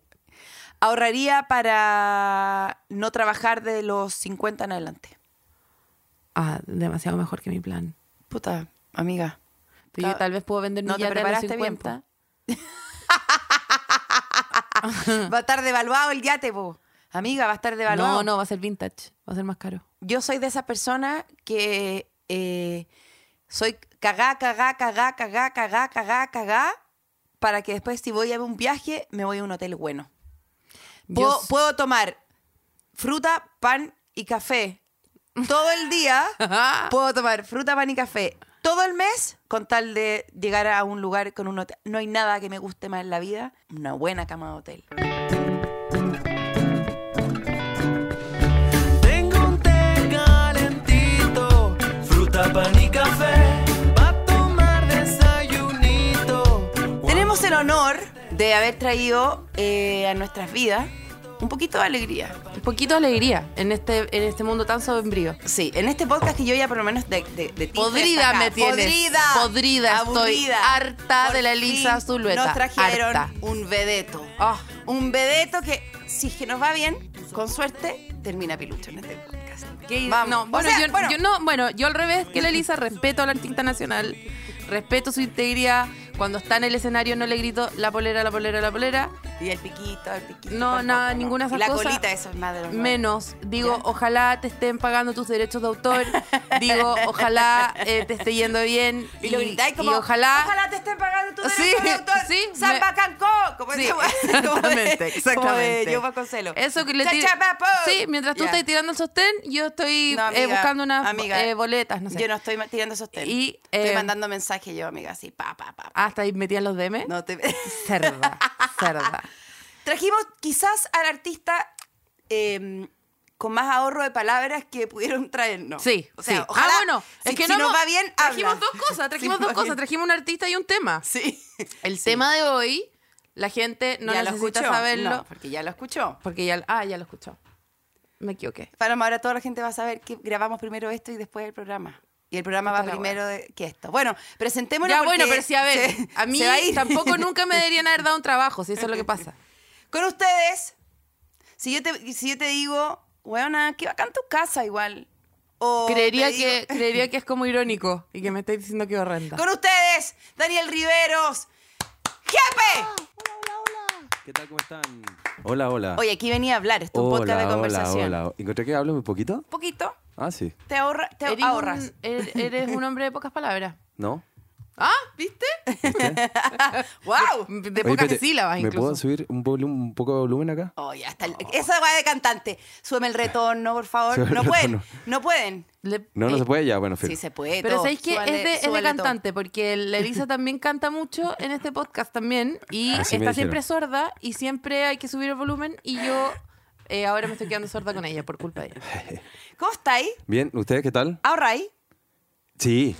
B: ahorraría para no trabajar de los 50 en adelante.
D: Ah, demasiado mejor que mi plan.
B: Puta, amiga.
D: Pero yo
B: Ta-
D: tal vez puedo vender mi
B: no te
D: yate a los
B: preparaste bien,
D: 50.
B: Va a estar devaluado el yate, po. Amiga, va a estar devaluado.
D: Mm. No, no, va a ser vintage. Va a ser más caro.
B: Yo soy de esas personas que eh, soy cagá, cagá, cagá, cagá, cagá, cagá, cagá, para que después si voy a un viaje, me voy a un hotel bueno. Puedo,
D: Yo s-
B: puedo tomar fruta, pan y café todo el
D: (laughs)
B: día. puedo tomar fruta, pan y café todo el mes con tal de llegar a un lugar con un hotel. No hay nada que me guste más en la vida. Una buena cama de hotel.
E: Tengo un té calentito, fruta, pan y café. Pa' tomar desayunito.
B: Tenemos el honor de haber traído eh, a nuestras vidas un poquito de alegría.
D: Un poquito de alegría en este, en este mundo tan sombrío.
B: Sí, en este podcast que yo ya por lo menos de, de, de ti
D: Podrida
B: estoy
D: me
B: acá.
D: tienes.
B: Podrida.
D: Podrida estoy.
B: Aburrida.
D: Harta de la
B: fin
D: Elisa Zulueta.
B: Nos trajeron
D: Harta.
B: un vedeto.
D: Ah.
B: Un vedeto que si es que nos va bien, con suerte, termina Pilucho en este podcast.
D: Que-
B: Vamos.
D: No,
B: O
D: bueno,
B: sea,
D: yo,
B: bueno.
D: yo no, bueno, yo al revés que la Elisa, respeto al artista nacional, respeto su integridad. Cuando está en el escenario no le grito la polera, la polera, la polera,
B: Y el piquito, el piquito.
D: No, nada, ninguna
B: Y
D: de esas
B: la
D: cosas.
B: colita, eso es más de los
D: menos. Digo,
B: Ya.
D: ojalá te estén pagando tus derechos de autor. Digo, ojalá eh, te esté yendo bien.
B: Y, lo gritáis como.
D: (laughs) y ojalá.
B: te estén pagando tu
D: Sí,
B: derecho de autor.
D: sí,
B: San
D: me-
B: Bacancó", Como
D: Sí,
B: esa weá, como de-
D: (laughs) exactamente,
B: como de
D: exactamente.
B: Yo Vasconcelo.
D: Eso que le
B: Cha,
D: tira-
B: cha, pa, po.
D: Sí, mientras tú
B: Ya.
D: estás tirando el sostén, yo estoy
B: No,
D: eh,
B: amiga,
D: buscando unas
B: amiga,
D: eh, boletas, no sé.
B: Yo no estoy ma- tirando sostén.
D: Y,
B: estoy
D: eh, ¿Ah?
B: mandando mensajes yo, amiga, así, pa, pa, pa. pa.
D: Hasta ahí metías los DM.
B: No te... (laughs)
D: Cerda, cerda.
B: Trajimos quizás al artista eh, con más ahorro de palabras que pudieron traernos.
D: Sí,
B: O sea,
D: sí.
B: ojalá.
D: ah, bueno,
B: si,
D: es que
B: si
D: no
B: nos
D: hemos-
B: va bien,
D: Trajimos
B: habla. (laughs)
D: dos cosas, trajimos
B: Si nos
D: dos
B: va
D: cosas.
B: bien.
D: Trajimos un artista y un tema.
B: Sí.
D: El tema de hoy, la gente (laughs) no
B: ¿Ya lo
D: necesita
B: escuchó?
D: saberlo.
B: No, porque ya lo escuchó.
D: Porque ya, ah, ya lo escuchó. Me equivoqué.
B: Para ahora toda la gente va a saber que grabamos primero esto y después el programa. Y el programa va
D: Puta la
B: primero de- que esto. Bueno, presentémonos.
D: ya,
B: porque
D: bueno, pero sí, a ver,
B: se-
D: a mí
B: se va ir. (laughs)
D: tampoco nunca me deberían haber dado un trabajo, si eso es lo que pasa.
B: Con ustedes, si yo te, si yo te digo, weona, que bacán tu casa igual. O Oh, te
D: Creería
B: digo-
D: que, creería que es como irónico y que me estáis diciendo que horrenda.
B: Con ustedes, Daniel Riveros. ¡Jefe!
F: ¿Qué tal? ¿Cómo están? Hola,
D: Ah.
F: hola.
B: Oye, aquí venía a hablar, esto es un
F: Hola,
B: podcast de
F: hola,
B: conversación.
F: hola. ¿Encontré que hablo muy poquito?
B: Un poquito,
F: Ah, sí.
B: te, ahorra, te
D: Eres un-
B: ahorras.
D: er- eres un hombre de pocas palabras.
F: ¿No?
D: ¿Ah? ¿Viste?
B: (laughs) ¡Wow!
D: De
F: Oye,
D: pocas
F: espérate,
D: sílabas
F: ¿Me puedo
D: incluso.
F: subir un, volu- un poco de volumen acá?
B: Oh, ya está. el- Esa va de cantante. Súbeme el retorno, por favor.
F: Súbeme el
B: No pueden,
F: retorno.
B: no pueden.
D: Le-
F: No, no
D: eh,
F: se puede ya, bueno, firme.
B: Sí, se puede.
D: Pero
B: todo.
D: sabéis que es
B: Súbale-
D: de, es de
B: súbale todo.
D: cantante, porque la Elisa también canta mucho en este podcast también, y
F: Así Ah, me
D: está siempre
F: dijeron.
D: sorda, y siempre hay que subir el volumen, y yo eh, ahora me estoy quedando sorda con ella por culpa de ella.
B: ¿Cómo estáis?
F: Bien, ¿ustedes qué tal?
B: ¿Ahorráis?
F: Sí.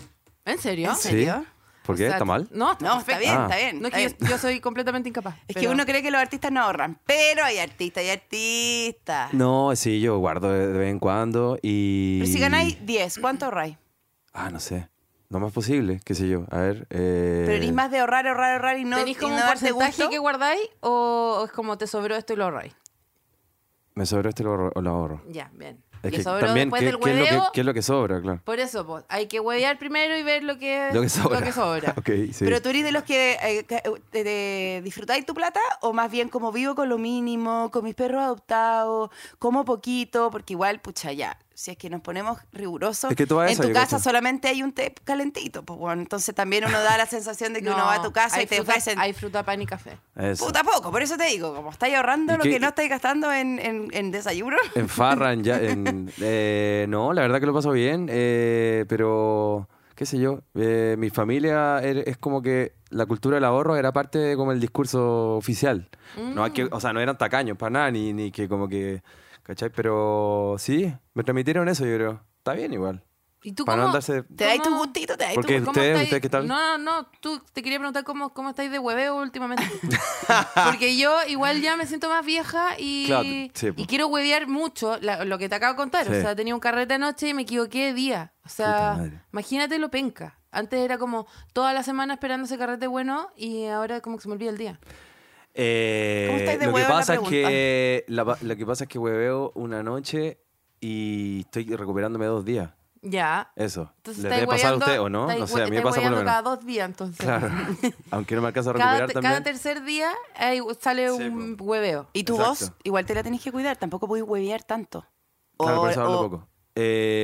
D: ¿En serio?
B: ¿En serio?
F: Sí. ¿Por qué?
D: O sea,
F: ¿Está mal?
D: No,
B: No, está
D: perfecto.
B: bien,
F: Ah.
B: está bien.
D: No, es
B: está
D: que
B: bien.
D: yo, yo soy completamente incapaz.
B: Es que
D: pero-
B: uno cree que los artistas no ahorran, pero hay artistas y artistas.
F: No, sí, yo guardo de, de vez en cuando y...
B: Pero si ganáis 10, ¿cuánto ahorráis?
F: Ah, no sé. No más posible, qué sé yo. A ver, eh...
B: Pero eres más de ahorrar, ahorrar, ahorrar y no,
D: ¿Tenéis
B: y
D: como
B: no
D: un
B: darte
D: porcentaje
B: gusto.
D: que guardáis o es como te sobró esto y lo ahorráis?
F: Me sobró este lo, ahorro- lo ahorro.
D: Ya, bien.
F: Es
D: Le
F: que
D: sobró
F: también,
D: después
F: ¿qué,
D: del
F: qué es lo que,
D: hueveo.
F: qué es lo que sobra? Claro.
B: Eh,
D: Por eso, pues, hay que huevear primero y ver lo que,
F: Lo que sobra.
D: Lo que sobra.
F: (laughs) ok, sí.
B: Pero tú eres de los que eh, que, eh, te- te- disfrutáis tu plata o más bien como vivo con lo mínimo, con mis perros adoptados, como poquito, porque igual, pucha, ya, si es que nos ponemos rigurosos,
F: Es que tú a
B: en
F: eso
B: tu
F: yo
B: casa
F: cacho.
B: solamente hay un té calentito, pues bueno, entonces también uno da la sensación de que
D: No,
B: uno va a tu casa
D: hay
B: y te
D: fruta-
B: ofrecen...
D: Hay fruta, pan y café.
F: Eso.
B: Puta poco, por eso te digo, como estáis ahorrando
F: ¿Y
B: lo
F: qué-
B: que no estáis gastando en, en- en desayuno.
F: En Farran, ya, en, eh, no, la verdad que lo paso bien, eh, pero qué sé yo, eh, mi familia er- es como que la cultura del ahorro era parte de como el discurso oficial. No, hay
B: Mm.
D: Mm.
F: que, o sea, no eran tacaños para nada, ni, ni que como que, ¿cachai? Pero sí, me transmitieron eso, yo creo. Está bien igual.
D: ¿Y tú
F: para
D: cómo-
F: no andarse...
B: Te dais tu
D: ¿Cómo?
B: gustito, te dais
F: Porque-
B: tu
F: ¿Ustedes-
D: ¿Cómo estáis?
F: ustedes qué tal?
D: No, no, no, tú te quería preguntar cómo, cómo estáis de hueveo
F: (laughs)
D: últimamente. Porque yo igual ya me siento más vieja y,
F: Claro, sí, po.
D: y quiero huevear mucho, la- lo que te acabo de contar. O
F: Sí.
D: sea, tenía un carrete anoche y me equivoqué de día. O sea,
F: Puta madre.
D: imagínate lo penca. Antes era como toda la semana esperando ese carrete bueno y ahora como que se me olvida el día.
F: Eh,
B: ¿Cómo estáis de
F: lo que
B: huevo en la
F: pasa es
B: pregunta?
F: que la pa- lo que pasa es que hueveo una noche y estoy recuperándome dos días.
D: Ya.
F: Eso.
D: Entonces
F: ¿Les
D: estáis
F: debe pasar a
D: hueveando-
F: usted o no?
D: estáis
F: No sé, a mí me
D: estáis
F: pasa por lo
D: hueveando
F: menos.
D: cada dos días entonces.
F: Claro. (laughs)
D: (laughs)
F: Aunque no me alcanza a
D: Cada-
F: recuperar
D: cada,
F: también.
D: tercer día ahí sale
F: Sí,
D: un
F: po.
D: hueveo.
B: Y tu
F: Exacto.
B: voz, igual te la tenés que cuidar, tampoco podés huevear tanto.
F: Claro, por eso hablo
B: o-
F: poco.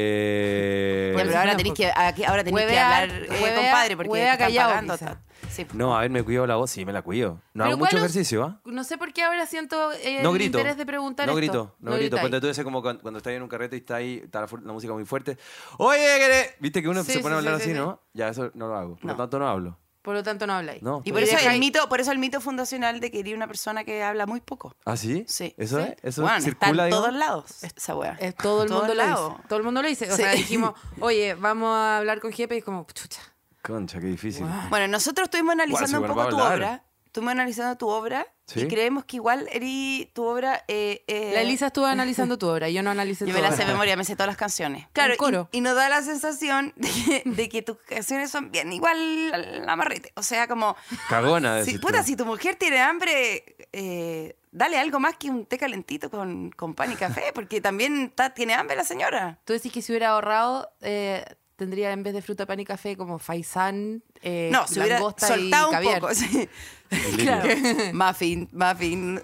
F: Eh,
B: Ya,
D: Bueno,
B: pero ahora
D: sí,
B: tenés
D: no,
B: que, aquí- ahora tenés
D: Huevea-
B: que hablar, eh,
D: huevea-
B: compadre, porque
D: huevea
B: te están
D: callado,
B: pagando,
D: quizá.
B: ta- sí.
F: No, a ver, me cuido la voz, sí, me la cuido. No
D: Pero
F: hago mucho
D: ¿cuál os-
F: ejercicio, ¿ah?
D: No sé por qué ahora siento eh,
F: No
D: el
F: grito.
D: interés de preguntar
F: no
D: esto.
F: grito, no, grito.
D: gritáis.
F: Ponte tú ese como cuando, cuando estás en un carrete y está ahí está la, fu- la música muy fuerte. Oye, que le-". viste que uno
D: Sí,
F: se pone a
D: sí,
F: hablar
D: sí,
F: así,
D: sí,
F: ¿no? Ya, eso no lo hago. Por
B: No.
F: lo tanto, no hablo.
D: Por lo tanto, no habláis.
F: No.
B: Y
F: tú-
B: por eso, el
D: dejáis-
B: mito, por eso el mito fundacional de que iría una persona que habla muy poco.
F: ¿Ah, sí?
B: Sí.
F: ¿Eso
B: Sí.
F: es? ¿Eso
B: Bueno,
F: circula,
B: está en
F: digamos?
B: todos lados esa weá.
D: Eh, todo el
B: Todos
D: mundo lo
B: lados.
D: dice. Todo el mundo lo dice. O
B: Sí.
D: sea, dijimos, oye, vamos a hablar con Jepe y es como, chucha.
F: Concha, qué difícil.
B: Bueno, nosotros estuvimos analizando
F: Guau,
B: un
F: si
B: poco
F: vuelvo
B: tu
F: a hablar.
B: obra. Estuvimos analizando tu obra
F: Sí.
B: y creemos que igual eri tu obra... eh, eh,
D: La Elisa estuvo analizando tu obra, yo no analicé tu
B: (laughs) Yo me la
D: obra.
B: sé de memoria, me sé todas las canciones. Claro,
D: Un coro.
B: Y, y nos da la sensación de que, de que tus canciones son bien igual al amarrete. O sea, como...
F: Cagona.
B: si,
F: decís tú.
B: puta, si tu mujer tiene hambre, eh, dale algo más que un té calentito con, con pan y café, porque también está- tiene hambre la señora.
D: Tú decís que si hubiera ahorrado, eh, tendría en vez de fruta, pan y café como faisán, eh,
B: No, si hubiera
D: langosta y
B: soltado un
D: caviar.
B: poco.
D: (laughs)
B: sí.
F: Delirio.
B: Claro. muffin, muffin.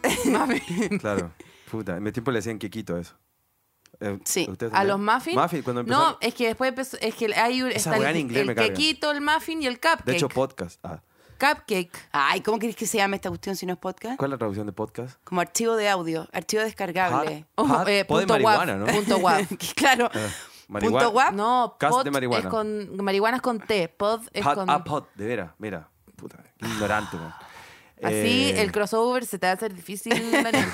F: Claro. Puta, en mi tiempo le decían quequito a eso. Eh,
B: Sí,
F: ¿ustedes
D: ¿A
F: también?
D: los muffins?
F: Muffin, cuando empezó.
D: No, es que después empezó, es que hay un, está
F: weá
D: el,
F: en inglés
D: el
F: me carga.
D: quequito, el muffin y el cupcake.
F: de hecho, podcast. Ah,
D: cupcake.
B: Ay, ¿cómo querés que se llame esta cuestión si no es podcast?
F: ¿Cuál es la traducción de podcast?
B: Como archivo de audio, archivo descargable.
D: Ojo,
F: Pod-
D: eh,
F: pod de
D: punto guap,
F: marihuana, ¿no?
D: Punto
F: (laughs)
D: guap.
B: claro.
F: Eh, marihuana.
B: Punto guap.
D: No,
F: Cast
D: pot
F: de marihuana.
D: es con marihuana es con té, pod es
F: Pod,
D: con
F: ah, pod, de veras. Mira, puta, qué ignorante, man.
D: así
F: Eh,
D: Ah, el crossover se te va a hacer difícil,
F: (laughs)
D: Daniel.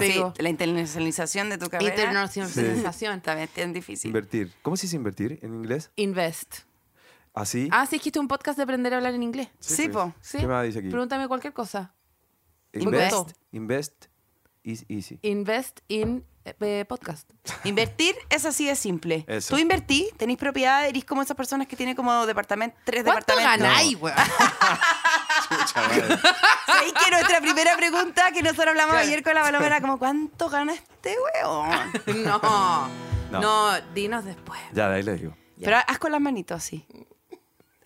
D: Te
B: Sí,
D: digo,
B: la internacionalización de tu carrera.
D: internacionalización.
B: También es tan difícil.
F: Invertir. ¿Cómo se dice invertir en inglés?
D: Invest.
F: ¿Así? pues,
D: Ah, sí, es que hiciste un podcast de aprender a hablar en inglés.
B: sí, po.
D: Sí.
F: ¿Qué más dice aquí?
D: Pregúntame cualquier cosa.
F: Invest.
D: invest.
F: Invest is easy.
D: Invest in eh, podcast.
B: Invertir es así de simple.
F: Eso.
B: Tú invertís, tenés propiedad, eres como esas personas que tienen como departamento, tres
D: ¿Cuánto
B: departamentos.
D: ganáis,
F: (laughs)
D: weón?
B: Ahí que nuestra primera pregunta que nosotros hablamos ayer con la paloma era como, ¿cuánto gana este weón?
D: No,
F: No.
D: no, dinos después.
F: Ya, de ahí le digo.
B: Pero haz con las manitos así.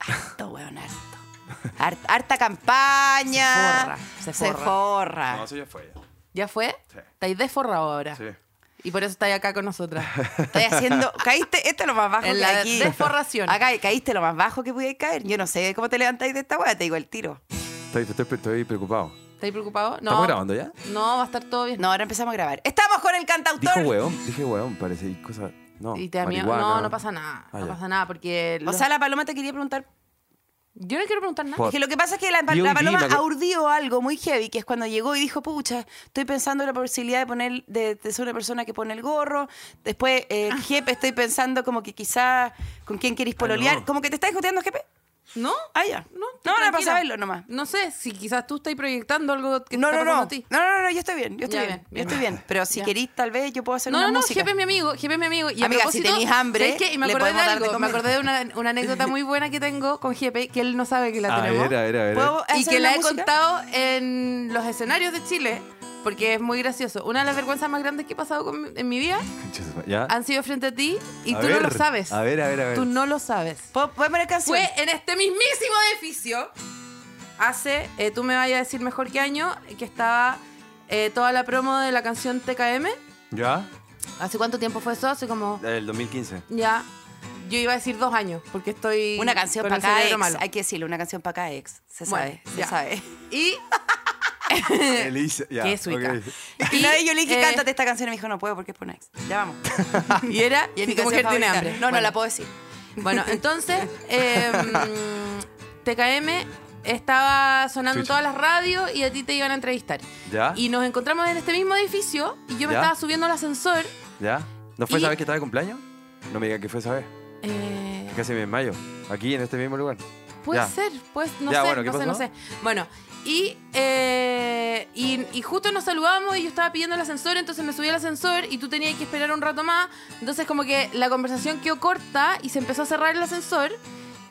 B: Harto, weón, harto. Har- Harta campaña.
D: Se forra, se forra. Ah.
B: forra.
F: No, eso ya fue. ya.
D: ¿Ya fue?
F: Sí.
D: Estáis desforrados ahora.
F: Sí.
D: Y por eso estáis acá con
F: (laughs)
D: nosotras.
B: Estoy haciendo. Caíste. Esto es lo más bajo
D: En
B: que
D: la
B: aquí.
D: desforración.
B: Acá caíste lo más bajo que pude caer. Yo no sé cómo te levantáis de esta weá, te digo el tiro.
F: Estoy, estoy, estoy preocupado.
D: ¿Estáis preocupados? No.
F: ¿Estamos grabando ya?
D: (laughs) No, va a estar todo bien.
B: No, ahora empezamos a grabar. Estamos con el
F: Dijo
B: cantautor.
F: hueón, dije hueón, parece. Y cosa, no,
D: Y te da miedo.
F: marihuana.
D: No, no pasa nada.
F: Ah,
D: no
F: ya.
D: pasa nada porque.
B: O
D: los-
B: sea, la paloma te quería preguntar.
D: yo no quiero preguntar nada.
F: Por-
B: Es que lo que pasa es que la,
F: Vi un
B: la
F: día, me
B: paloma
F: acuerdo-
B: aurdió algo muy heavy, que es cuando llegó y dijo, pucha, estoy pensando en la posibilidad de poner, de, de ser una persona que pone el gorro. Después, eh, jefe, estoy pensando como que quizá con quién queréis pololear.
F: no.
B: Como que te estás discutiendo, jefe.
D: ¿No?
B: Ah, ya.
D: Ah, No,
B: No,
D: estoy
B: era para
D: tranquila.
B: saberlo nomás.
D: No sé si quizás tú estás proyectando algo que
B: No,
D: está
B: no,
D: pasando
B: no.
D: a ti.
B: No, no, no, yo estoy bien, yo estoy
D: Ya,
B: bien,
D: bien,
B: yo estoy bien. Pero si
D: Ya.
B: querís, tal vez yo puedo hacer
D: No,
B: una
D: no, no,
B: música.
D: jefe es mi amigo, jefe es mi amigo. Y a
B: Amiga, si
D: propósito,
B: tenís hambre,
D: ¿sabes qué? Y me
B: le
D: acordé de
B: podemos dar de
D: algo, me
B: comer.
D: acordé de una, una anécdota muy buena que tengo con jefe, que él no sabe que la
F: A
D: tenemos.
F: ver, a ver, a ver.
B: ¿Puedo
D: y
B: hacer
D: que
B: una
D: la he
B: música?
D: contado en los escenarios de Chile, porque es muy gracioso. Una de las vergüenzas más grandes que he pasado con mi- en mi vida
F: (laughs) Concha su madre, ¿Ya?
D: han sido frente a ti Ah, y
F: A
D: tú
F: ver,
D: no lo sabes.
F: A ver, a ver, a ver.
D: Tú no lo sabes.
B: ¿Puedo, puedo poner canción?
D: Fue en este mismísimo edificio, hace, eh, tú me vayas a decir mejor qué año, que estaba eh, toda la promo de la canción TKM.
F: ¿Ya?
D: ¿Hace cuánto tiempo fue eso? Hace como...
F: El 2015.
D: Ya. Yo iba a decir dos años, porque estoy.
B: una canción
D: con
B: para
D: el
B: cada
D: cerebro
B: ex.
D: malo.
B: Hay que decirlo, una canción para cada ex. Se
D: Bueno,
B: sabe, se
D: ya.
B: sabe.
D: Y. (laughs)
F: Elisa, ya.
D: Eh, Qué suica.
F: ok.
B: Y una vez yo le dije,
D: eh,
B: cántate esta canción y me dijo, no puedo porque es para una ex. Ya (laughs) vamos.
D: (laughs) Y era.
B: Y es mi
D: tu
B: canción
D: mujer tiene
B: favorita.
D: hambre.
B: No, no
D: Bueno.
B: la puedo decir.
D: Bueno, entonces. eh, (laughs) mm, TKM estaba sonando en
F: Chucha.
D: todas las radios y a ti te iban a entrevistar.
F: ¿Ya?
D: Y nos encontramos en este mismo edificio y yo me
F: Ah. ¿Ya?
D: estaba subiendo al ascensor.
F: ¿Ya? ¿No fue
D: Y-
F: esa vez que estaba de cumpleaños? No me digas que fue esa vez.
D: eh,
F: que Casi me desmayo. Aquí, en este mismo lugar.
D: Puede
F: Ya.
D: ser, pues no
F: Ya,
D: sé,
F: bueno, ¿qué
D: no sé, no
F: pasó?
D: sé. Bueno, y, eh, y, y justo nos saludamos y yo estaba pidiendo el ascensor, entonces me subí al ascensor y tú tenías que esperar un rato más. Entonces como que la conversación quedó corta y se empezó a cerrar el ascensor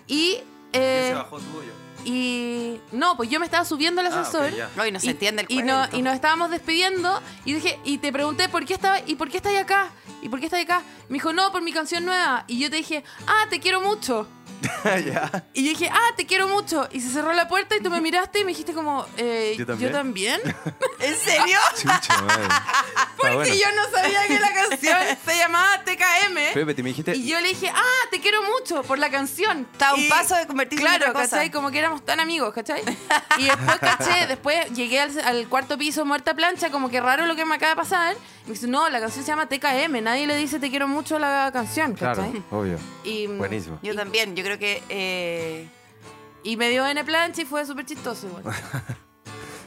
D: y... eh,
F: tuyo.
D: y no, pues yo me estaba subiendo
F: Ah,
D: al ascensor.
B: No, y no se entiende el
D: y,
B: cuento.
D: no,
B: (laughs)
D: y nos estábamos despidiendo y dije y te pregunté por qué estaba y por qué estás acá y por qué estás acá me dijo no por mi canción nueva y yo te dije ah te quiero mucho
F: (laughs)
D: (laughs)
F: ya.
D: y yo dije, ah, te quiero mucho. Y se cerró la puerta y tú me
F: (laughs)
D: miraste y me dijiste como, eh,
F: ¿Yo también? (laughs)
B: ¿En serio?
D: (laughs)
F: Chucha, madre. Ah, Porque
D: Y yo no sabía que la canción se llamaba TKM.
F: Pepe, te me dijiste...
D: Y yo le dije, ah, te quiero mucho por la canción.
B: Está a
D: Y-
B: un paso de convertirse en
D: Claro,
B: otra cosa.
D: ¿cachai? Como que éramos tan amigos, ¿cachai? Y después, caché, después llegué al, al cuarto piso muerta plancha, como que raro lo que me acaba de pasar. Y me dice, no, la canción se llama TKM, nadie le dice te quiero mucho a la canción,
F: Claro,
D: ¿cachai?
F: obvio.
D: Y, mm,
F: Buenísimo.
B: Yo también, yo creo que... eh,
D: Y me dio N plancha y fue súper chistoso
F: (laughs)
D: igual.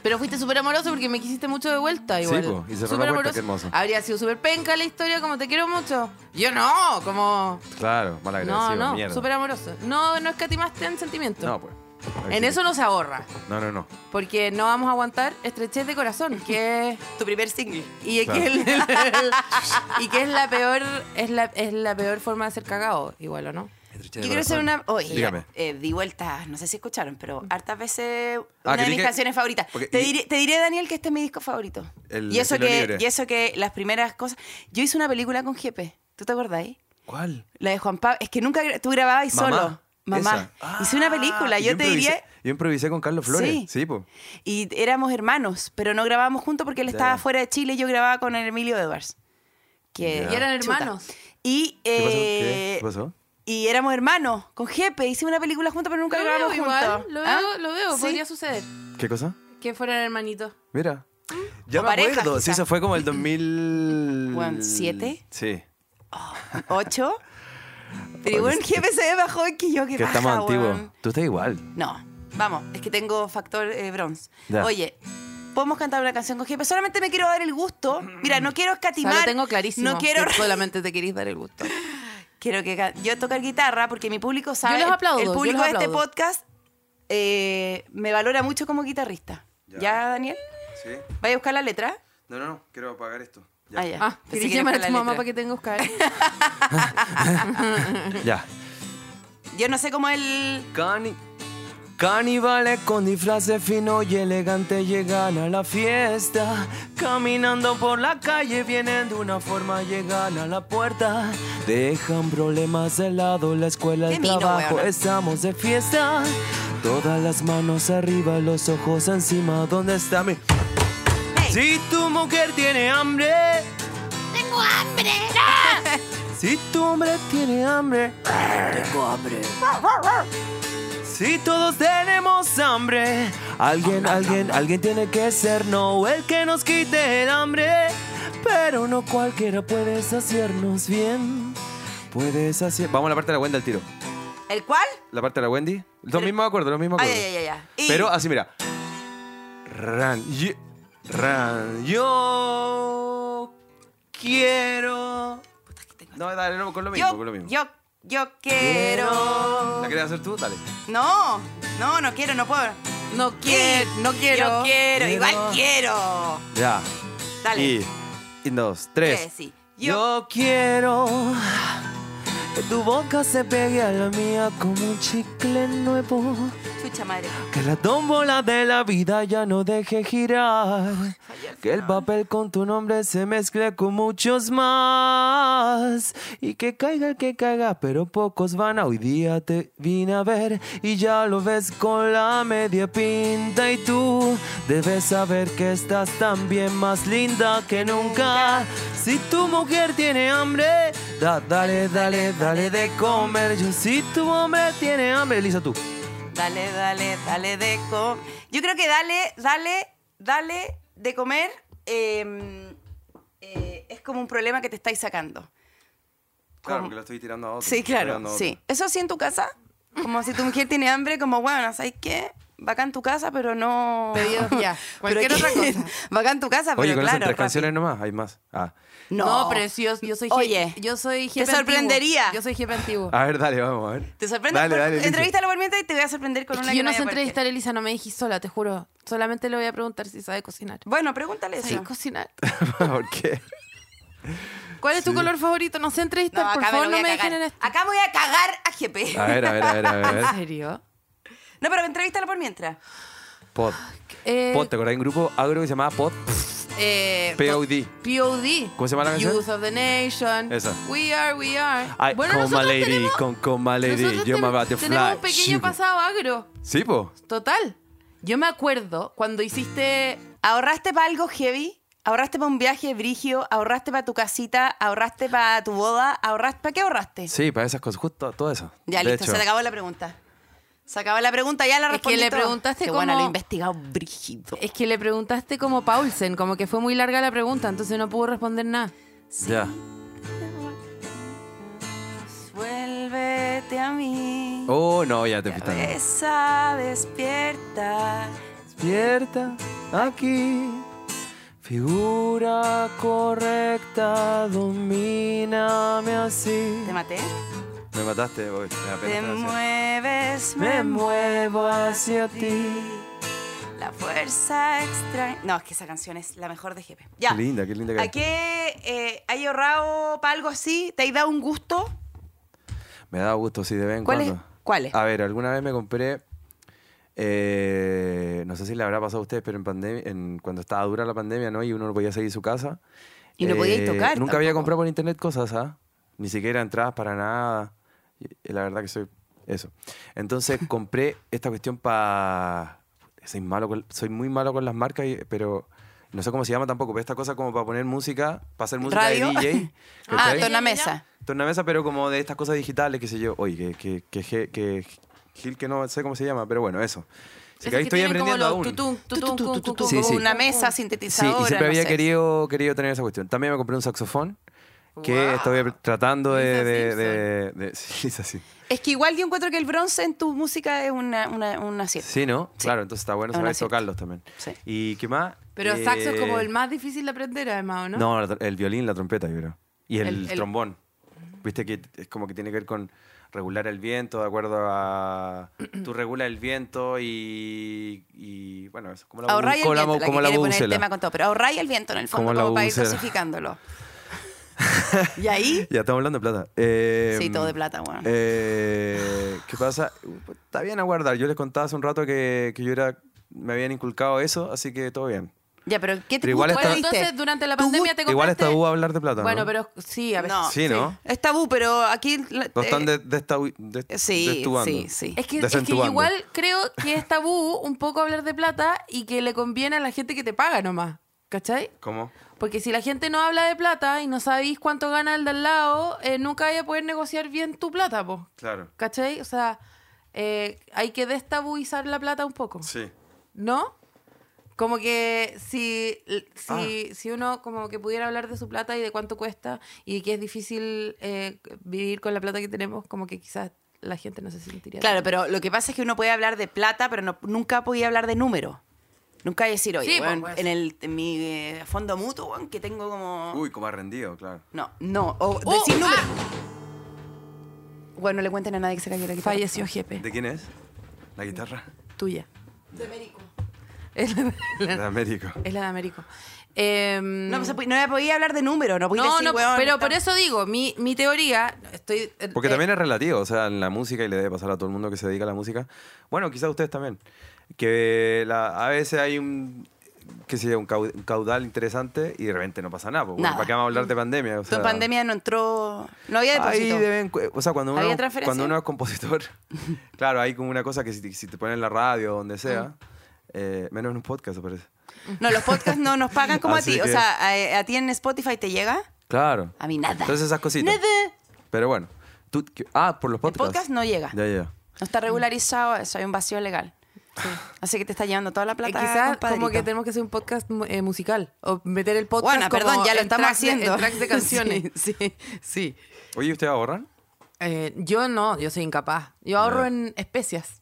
D: Pero fuiste súper amoroso porque me quisiste mucho de vuelta igual.
F: po, y cerró la
D: Súper
F: puerta, qué hermoso.
D: Habría sido súper penca la historia, como te quiero mucho. Yo no, como...
F: Claro, mal
D: No,
F: agradecido,
D: no,
F: mierda.
D: súper amoroso. No, no escatimaste en sentimiento.
F: No, pues.
D: En eso no se ahorra,
F: No, no, no.
D: porque no vamos a aguantar estrechez de corazón, que es (laughs)
B: Tu primer single.
D: y es
F: Claro.
D: que, el-
F: (laughs)
D: el- y que es la peor es la, es la peor forma de ser cagado, igual o no.
B: (laughs) Yo quiero hacer una. Oye,
F: Dígame.
B: eh, di vueltas, no sé si escucharon, pero hartas veces una
F: Ah,
B: de
F: ¿querés
B: mis
F: que-
B: canciones favoritas.
F: Porque-
B: te,
F: y-
B: diré, te diré, Daniel, que este es mi disco favorito.
F: El
B: y, eso
F: estilo
B: que,
F: libre.
B: y eso que las primeras cosas. Yo hice una película con Jepe. ¿Tú te acordás? eh?
F: ¿Cuál?
B: La de Juan Pablo. Es que nunca gra- tú grababas
F: Mamá.
B: solo. Mamá.
F: Esa.
B: hice una
F: Ah,
B: película.
F: y
B: Yo, te
F: improvisé-
B: diría.
F: Yo improvisé con Carlos Flores.
B: Sí.
F: Sí, po.
B: Y éramos hermanos, pero no grabábamos juntos porque él
F: Ya.
B: estaba fuera de Chile y yo grababa con el Emilio Edwards. Que,
F: Ya.
D: Y eran
B: chuta.
D: hermanos.
B: Y.
F: ¿Qué pasó?
B: eh,
F: ¿Qué? ¿Qué pasó?
B: Y éramos hermanos, con Jepe. Hicimos una película juntos, pero nunca
D: Lo veo
B: grabamos juntos.
D: igual, lo veo,
B: ¿Ah?
D: lo veo,
B: ¿Sí?
D: podría suceder
F: ¿Qué cosa?
D: que fueran hermanitos.
F: Mira. Ya
B: O
F: me
B: Ah, pareja,
F: acuerdo. Sí,
B: quizá.
F: eso fue como el 2000...
B: (laughs) Juan, ¿siete?
F: Sí. (laughs)
B: ¿Ocho? Pero bueno, Jepe se ve más joven que yo, que
F: Que estamos
B: baja,
F: antiguos.
B: weón.
F: Tú estás igual.
B: No, vamos, es que tengo factor eh, bronce.
F: Ya.
B: Oye, podemos cantar una canción con Jepe. Solamente me quiero dar el gusto. Mira, no quiero
D: O sea,
B: escatimar.
D: lo tengo clarísimo.
B: No quiero.
D: que solamente te queréis dar el gusto.
B: (laughs) quiero que ca- yo tocar guitarra porque mi público sabe.
D: los
B: el-
D: aplaudo,
B: El
D: yo
B: público
D: los
B: de este
D: aplaudo.
B: podcast eh, me valora mucho como guitarrista. ¿Ya,
F: Ya.
B: Daniel?
F: Sí.
B: ¿Vaya a buscar la letra?
F: No, no, no. Quiero apagar esto.
B: Ah, ya.
D: Ah,
B: Pensé
D: quería
B: que era
D: llamar a
B: con
D: tu
B: la
D: mamá
B: letra.
D: para que tenga Oscar.
B: Ah, (laughs)
F: Ya.
B: Yo no sé cómo el.
F: Cani- Caníbales con disfraces fino y elegante llegan a la fiesta.
B: Ah,
F: Caminando por la calle vienen de una forma, llegan a la puerta. Dejan problemas de lado, la escuela,
B: Qué
F: el
B: mino,
F: trabajo,
B: weona.
F: estamos de fiesta. Todas las manos arriba, los ojos encima, ¿dónde está mi...?
B: Hey.
F: Si tu mujer tiene hambre... ¡Tengo hambre! Si tu hombre tiene hambre... Si todos tenemos hambre, alguien, alguien, alguien tiene que ser no el que nos quite el hambre. Pero no cualquiera puede saciarnos bien. Puedes saciar. Vamos a la parte de la Wendy al tiro.
B: ¿El cuál?
F: La parte de la Wendy. Los mismos acuerdos, los mismos
B: Ay,
F: acuerdos.
B: ay, ay, ay. ay. Y-
F: Pero ah, así, mira. Ran, ye- ran, yo quiero. No, dale, no, con lo mismo,
B: yo,
F: con lo mismo.
B: yo, yo quiero.
F: ¿La quieres hacer tú? Dale.
B: No, no, no quiero, no puedo.
D: (laughs) No quiero, no quiero.
B: Yo quiero, igual
F: Quiero.
B: quiero.
F: Ya.
B: Dale.
F: Y, y dos, tres.
B: Tres, sí.
F: Yo,
B: Yo,
F: quiero que tu boca se pegue a la mía como un chicle nuevo.
B: chucha madre.
F: Que la tómbola de la vida ya no deje girar. Que el papel con tu nombre se mezcle con muchos más. Y que caiga el que caiga, pero pocos van a. Hoy día te vine a ver y ya lo ves con la media pinta. Y tú debes saber que estás también más linda que nunca. Si tu mujer tiene hambre, da- dale, dale, dale de comer. Yo, si tu hombre tiene hambre, Elisa, tú.
B: Dale, dale, dale de comer. Yo creo que dale, dale, dale de comer eh, eh, es como un problema que te estáis sacando. Claro, porque
F: lo estoy tirando a otro.
B: Sí, claro, sí. Eso sí en tu casa. Como si tu mujer tiene hambre, como, bueno, ¿sabes qué? Bacán tu casa, pero
D: (laughs)
B: no...
D: Pedidos ya. Cualquier
B: (laughs) Pero
D: otra
B: que-
D: cosa.
B: (laughs) Bacán tu casa, pero
F: Oye, con
B: claro.
F: esas tres
B: rápido.
F: canciones nomás, hay más. Ah.
D: No,
B: No,
D: pero si yo, yo soy je-
B: Oye,
D: yo soy jefe antiguo.
B: sorprendería.
D: Yo soy jefe antiguo.
F: A ver, dale, vamos, a ver.
B: Te sorprende.
F: Dale,
B: por-
F: dale, Elisa.
B: entrevístalo por mientras y te voy a sorprender con
D: Es
B: una
D: que yo no
B: nadie
D: sé
B: puede
D: entrevistar a Elisa, no me dijiste sola, te juro. Solamente le voy a preguntar si sabe cocinar.
B: creer. Bueno, pregúntale eso.
D: ¿Sabes cocinar?
F: (laughs) ¿Por qué?
D: ¿Cuál es tu color favorito? No sé
B: No,
D: entrevistar, por
B: acá
D: favor,
B: me lo
D: no
B: voy
D: me
B: a
D: dejen en
B: cagar.
D: esto.
B: Acá voy a cagar a GP.
F: A ver, a ver, a ver, a ver.
D: ¿En serio?
B: (laughs) No, pero entrevístalo por mientras.
F: Pod.
D: Eh,
F: Pod, ¿te acordás de un grupo agro que se llamaba Pod?
D: eh,
F: POD.
D: POD.
F: ¿Cómo se llama la canción?
D: Youth of the Nation.
F: Esa.
D: We are, we are.
F: Ay, con
D: nosotros
F: my lady,
D: tenemos-
F: con con my lady,
D: nosotros
F: yo me
D: tenemos-
F: bate
D: Tenemos
F: fly.
D: un pequeño pasado agro.
F: Sí, po.
D: Total. Yo me acuerdo cuando hiciste
B: ¿Ahorraste para algo heavy? ¿Ahorraste para un viaje brigio? ¿Ahorraste para tu casita? ¿Ahorraste para tu boda? ¿Ahorraste para qué ahorraste?
F: Sí, para esas cosas, justo todo eso.
B: Ya,
F: De
B: listo,
F: hecho.
B: se te acabó la pregunta. Se acabó la pregunta, ya la
D: Es que
B: respondí
D: le
B: todo.
D: preguntaste
B: Qué Bueno,
D: cómo-
B: lo he investigado brígido.
D: Es que le preguntaste como Paulsen, como que fue muy larga la pregunta, entonces no pudo responder nada.
F: Ya.
B: Vuélvete a mí.
F: Oh, no, ya te fuiste.
B: Esa despierta.
F: Despierta aquí. Figura correcta, domíname así.
B: ¿Te maté?
F: Me mataste, porque me da pena
B: Te
F: estar haciendo-
B: mueves, me
E: Me
B: mueves.
E: muevo hacia ti.
B: La fuerza extraña. No, es que esa canción es la mejor de GP. Ya.
F: Qué linda, qué linda que
B: ¿A qué eh, hay ahorrado para algo así? ¿Te has dado un gusto?
F: Me da gusto, sí, de vez en
B: ¿Cuál es-
F: cuando.
B: cuál es?
F: A ver, alguna vez me compré. eh, no sé si le habrá pasado a ustedes, pero en pandemia, en, cuando estaba dura la pandemia, ¿no? Y uno no podía seguir su casa.
B: Y no podía ir
F: eh,
B: tocar
F: Nunca había
B: tampoco.
F: comprado por internet cosas, ¿ah? Ni siquiera entradas para nada. Y- y la verdad que soy. Eso.
B: (laughs)
F: Entonces compré esta cuestión para. Soy, malo con- soy muy malo con las marcas, y- pero. No sé cómo se llama tampoco, pero esta cosa como para poner música, para hacer música
B: ¿Radio? (laughs)
F: de
B: Ah,
F: DJ. ¿cachai?
D: ¿ya, ya,
B: tornamesa.
F: Tornamesa, pero como de estas cosas digitales, qué sé yo. Oye, que, que, que, que Gil, que no sé cómo se llama, pero bueno, eso. Así
D: Esos
F: que ahí estoy
D: tienen como
F: aprendiendo
D: los
F: aún.
D: tutún, tutún, cum, cum, cum,
F: Sí,
D: cum,
F: sí.
B: Una
D: cum,
B: mesa
D: cum.
F: Sí,
B: sintetizadora.
F: y siempre
B: no
F: había
B: sé.
F: querido, querido tener esa cuestión. También me compré un saxofón que estoy apr- tratando de...
D: Lisa
F: de, de, de- (laughs) sí, es así.
B: Es que igual yo encuentro que el bronce en tu música es una, una, un acierto.
F: Sí, ¿no?
B: Sí.
F: Claro, entonces está bueno
B: Es un
F: saber
B: acierto.
F: tocarlos también.
B: Sí.
F: ¿Y qué más?
D: Pero
F: Eh,
D: saxo es como el más difícil de aprender, además, ¿o ¿no?
F: No, la tr- el violín, la trompeta, yo creo. Y el,
D: El- el-
F: trombón. Viste que es como que tiene que ver con regular el viento, de acuerdo
B: (clears throat)
F: a... Tú regulas el viento y... y bueno, eso. Como la, bu-
B: Ahorráis el
F: como la
B: viento,
F: mu-
B: la
F: como
B: que
F: la
B: quiere poner el
F: bubucela.
B: tema con todo, pero ahorráis el viento en el fondo
F: Como la
B: como para ir
F: bubucela. (laughs)
B: dosificándolo. y ahí,
F: Ya estamos hablando de plata. Eh,
B: sí, todo de plata, weón.
F: eh, ¿Qué pasa? Está bien aguardar. Yo les contaba hace un rato que, que yo era... Me habían inculcado eso, así que todo bien.
B: ya, pero ¿qué te
F: pero igual
B: gusta
F: está-
B: le diste?
D: entonces, durante la
B: Tu
D: pandemia
B: gusto-
D: te
F: Igual
D: compraste-
F: está tabú hablar de plata,
D: Bueno,
F: ¿no?
D: pero sí, a veces.
B: No.
F: Sí, ¿no?
B: Es tabú, pero aquí... la-
F: No están
B: eh,
F: de, de esta, de,
B: Sí,
F: destubando.
B: sí, sí.
D: Es que, es que
F: Desentubando.
D: igual creo que es tabú un poco hablar de plata y que le conviene a la gente que te paga nomás. ¿Cachai?
F: ¿Cómo?
D: Porque si la gente no habla de plata y no sabéis cuánto gana el de al lado, eh, nunca vais a poder negociar bien tu plata, po.
F: Claro.
D: ¿Cachai? O sea, eh, hay que destabuizar la plata un poco.
F: Sí.
D: ¿No? Como que si, si, si uno como que pudiera hablar de su plata y de cuánto cuesta y que es difícil eh, vivir con la plata que tenemos, como que quizás la gente no se sentiría.
B: Claro, pero lo que pasa es que uno puede hablar de plata, pero no- nunca podía hablar de número. Nunca decir, oye,
D: Sí, pues,
B: weón,
D: pues.
B: en, el, en mi eh, fondo mutuo, weón, que tengo como...
F: Uy, como arrendido, claro.
B: No, no, o
D: Oh,
B: decir número.
D: ah.
B: Bueno, no le cuenten a nadie que se cayó la guitarra.
D: Falleció Jepe,
F: ¿De quién es? La
B: (laughs)
F: guitarra.
D: tuya. De Américo. Es la,
F: De Américo.
D: es la de Américo. Em,
B: No, pues, no podía hablar de número, no podía
D: no,
B: decir,
D: no,
B: weón,
D: pero por
B: estamos-
D: eso digo, mi, mi teoría, estoy... eh,
F: Porque
D: eh,
F: también es relativo, o sea, en la música, y le debe pasar a todo el mundo que se dedica a la música. Bueno, quizás ustedes también. Que la- a veces hay un, qué sé yo, un, cau- un caudal interesante y de repente no pasa nada. Porque,
B: Nada.
F: ¿Para qué vamos a hablar de pandemia? O
B: Tu
F: sea,
B: pandemia no entró. No había
F: Ahí
B: depósito.
F: deben, cu- o sea, cuando uno,
B: ¿Había transferencia?
F: cuando uno
B: (laughs)
F: es compositor, claro, hay como una cosa que si, te- si te ponen en la radio o donde sea,
B: Ah.
F: eh, menos en un podcast, parece.
B: No, los podcasts no nos pagan
F: (laughs)
B: como
F: Así
B: a ti. O
F: que-
B: sea, a, a ti en Spotify te llega.
F: Claro.
B: A mí nada.
F: Entonces esas cositas.
B: Nada.
F: Pero bueno. Tú, que- ah, por los
B: El
F: podcasts.
B: podcast no llega.
F: Ya, ya.
B: No está regularizado eso. Hay un vacío legal. Así que te está llevando toda la plata.
D: Eh, quizás como
B: compadrito.
D: que tenemos que hacer un podcast mu- eh, musical o meter el podcast
B: Bueno,
D: como
B: perdón, ya lo
D: en
B: estamos
D: tracks de- en
B: haciendo. (laughs)
D: tracks de canciones.
B: sí, sí, sí.
F: Oye, ¿ustedes ahorran?
D: Eh, yo no, yo soy incapaz. Yo ahorro
F: Ya.
D: en especias.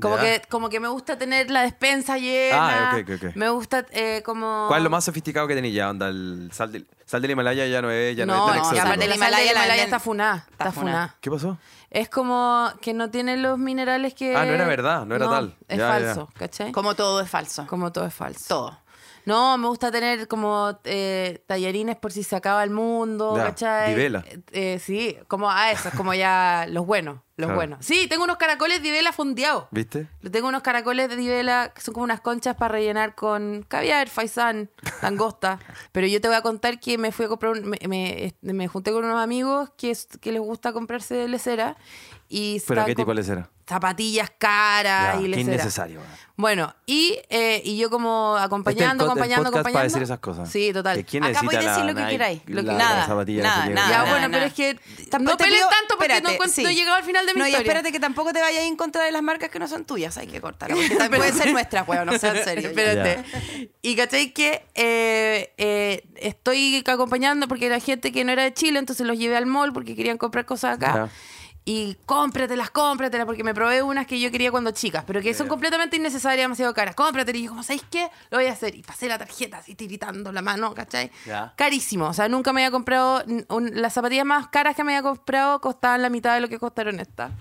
D: Como
F: Ya.
D: que, como que me gusta tener la despensa llena.
F: Ah, ok, ok, ok.
D: Me gusta eh, como...
F: ¿Cuál es lo más sofisticado que tenéis ya? Onda, el sal del, sal del Himalaya ya no es, ya no,
D: no,
F: es tan
D: no,
F: exótico.
B: y aparte
D: aparte
B: el
D: la
B: Himalaya
D: Himalaya,
B: la venden-
D: está funada.
B: está
D: Está funada.
F: ¿Qué pasó?
D: Es como que no tiene los minerales que...
F: Ah, no era verdad, no era tal.
D: Es
F: Ya, ya,
D: falso, ¿cachai?
B: Como todo es falso.
D: Como todo es falso.
B: Todo.
D: No, me gusta tener como eh, tallarines por si se acaba el mundo,
F: Ya,
D: ¿cachai?
F: Dibela.
D: Eh, eh, sí, como a esos, como
F: (laughs)
D: ya los buenos, los
F: Claro.
D: buenos. Sí, tengo unos caracoles de vela fondeados.
F: ¿Viste?
D: Tengo unos caracoles de Dibela que son como unas conchas para rellenar con caviar,
F: (laughs)
D: faisán, langosta. Pero yo te voy a contar que me fui a comprar, un- me, me- eh, me junté con unos amigos que, es- que les gusta comprarse lecera. Y
F: ¿Pero
D: estaban
F: qué tipo
D: con
F: de lecera?
D: Zapatillas caras
F: Ya,
D: y
F: qué
D: lecera.
F: innecesario.
B: ¿Ah?
F: man.
D: Bueno, y, eh, y yo como
F: Este es el
D: acompañando,
F: co- el
D: acompañando,
F: podcast
D: acompañando.
F: para decir esas cosas.
D: Sí, total.
F: ¿Que ¿Quién
B: Acá
F: necesita
B: podéis
F: la
B: decir lo que
F: Nike,
B: queráis, lo que-
F: la-
B: nada,
F: la zapatilla
B: nada,
F: que
B: nada,
D: ya,
F: tiene?
B: nada.
D: bueno, pero es que
B: Tampoco
D: no
B: te
D: peleen
B: pido-
D: tanto porque no,
B: espérate,
D: encuen-
B: sí.
D: no he llegado al final de mi
B: No, y
D: historia.
B: espérate que tampoco te vayas en contra de las marcas que no son tuyas. Hay que cortarlas. (laughs) Porque también pueden ser nuestras, weón. No sean serios. ya.
D: Espérate. Y cachai que eh, eh, estoy acompañando porque era gente que no era de Chile, entonces los llevé al mall porque querían comprar cosas acá.
F: Ya.
D: Y cómpratelas, cómpratelas, porque me probé unas que yo quería cuando chicas, pero que son completamente innecesarias, demasiado caras. Cómpratelas. Y yo, como, ¿sabéis qué? Lo voy a hacer. Y pasé la tarjeta así tiritando la mano, ¿cachai?
G: Ya.
D: Carísimo. O sea, nunca me había comprado. n- un- las zapatillas más caras que me había comprado costaban la mitad de lo que costaron estas.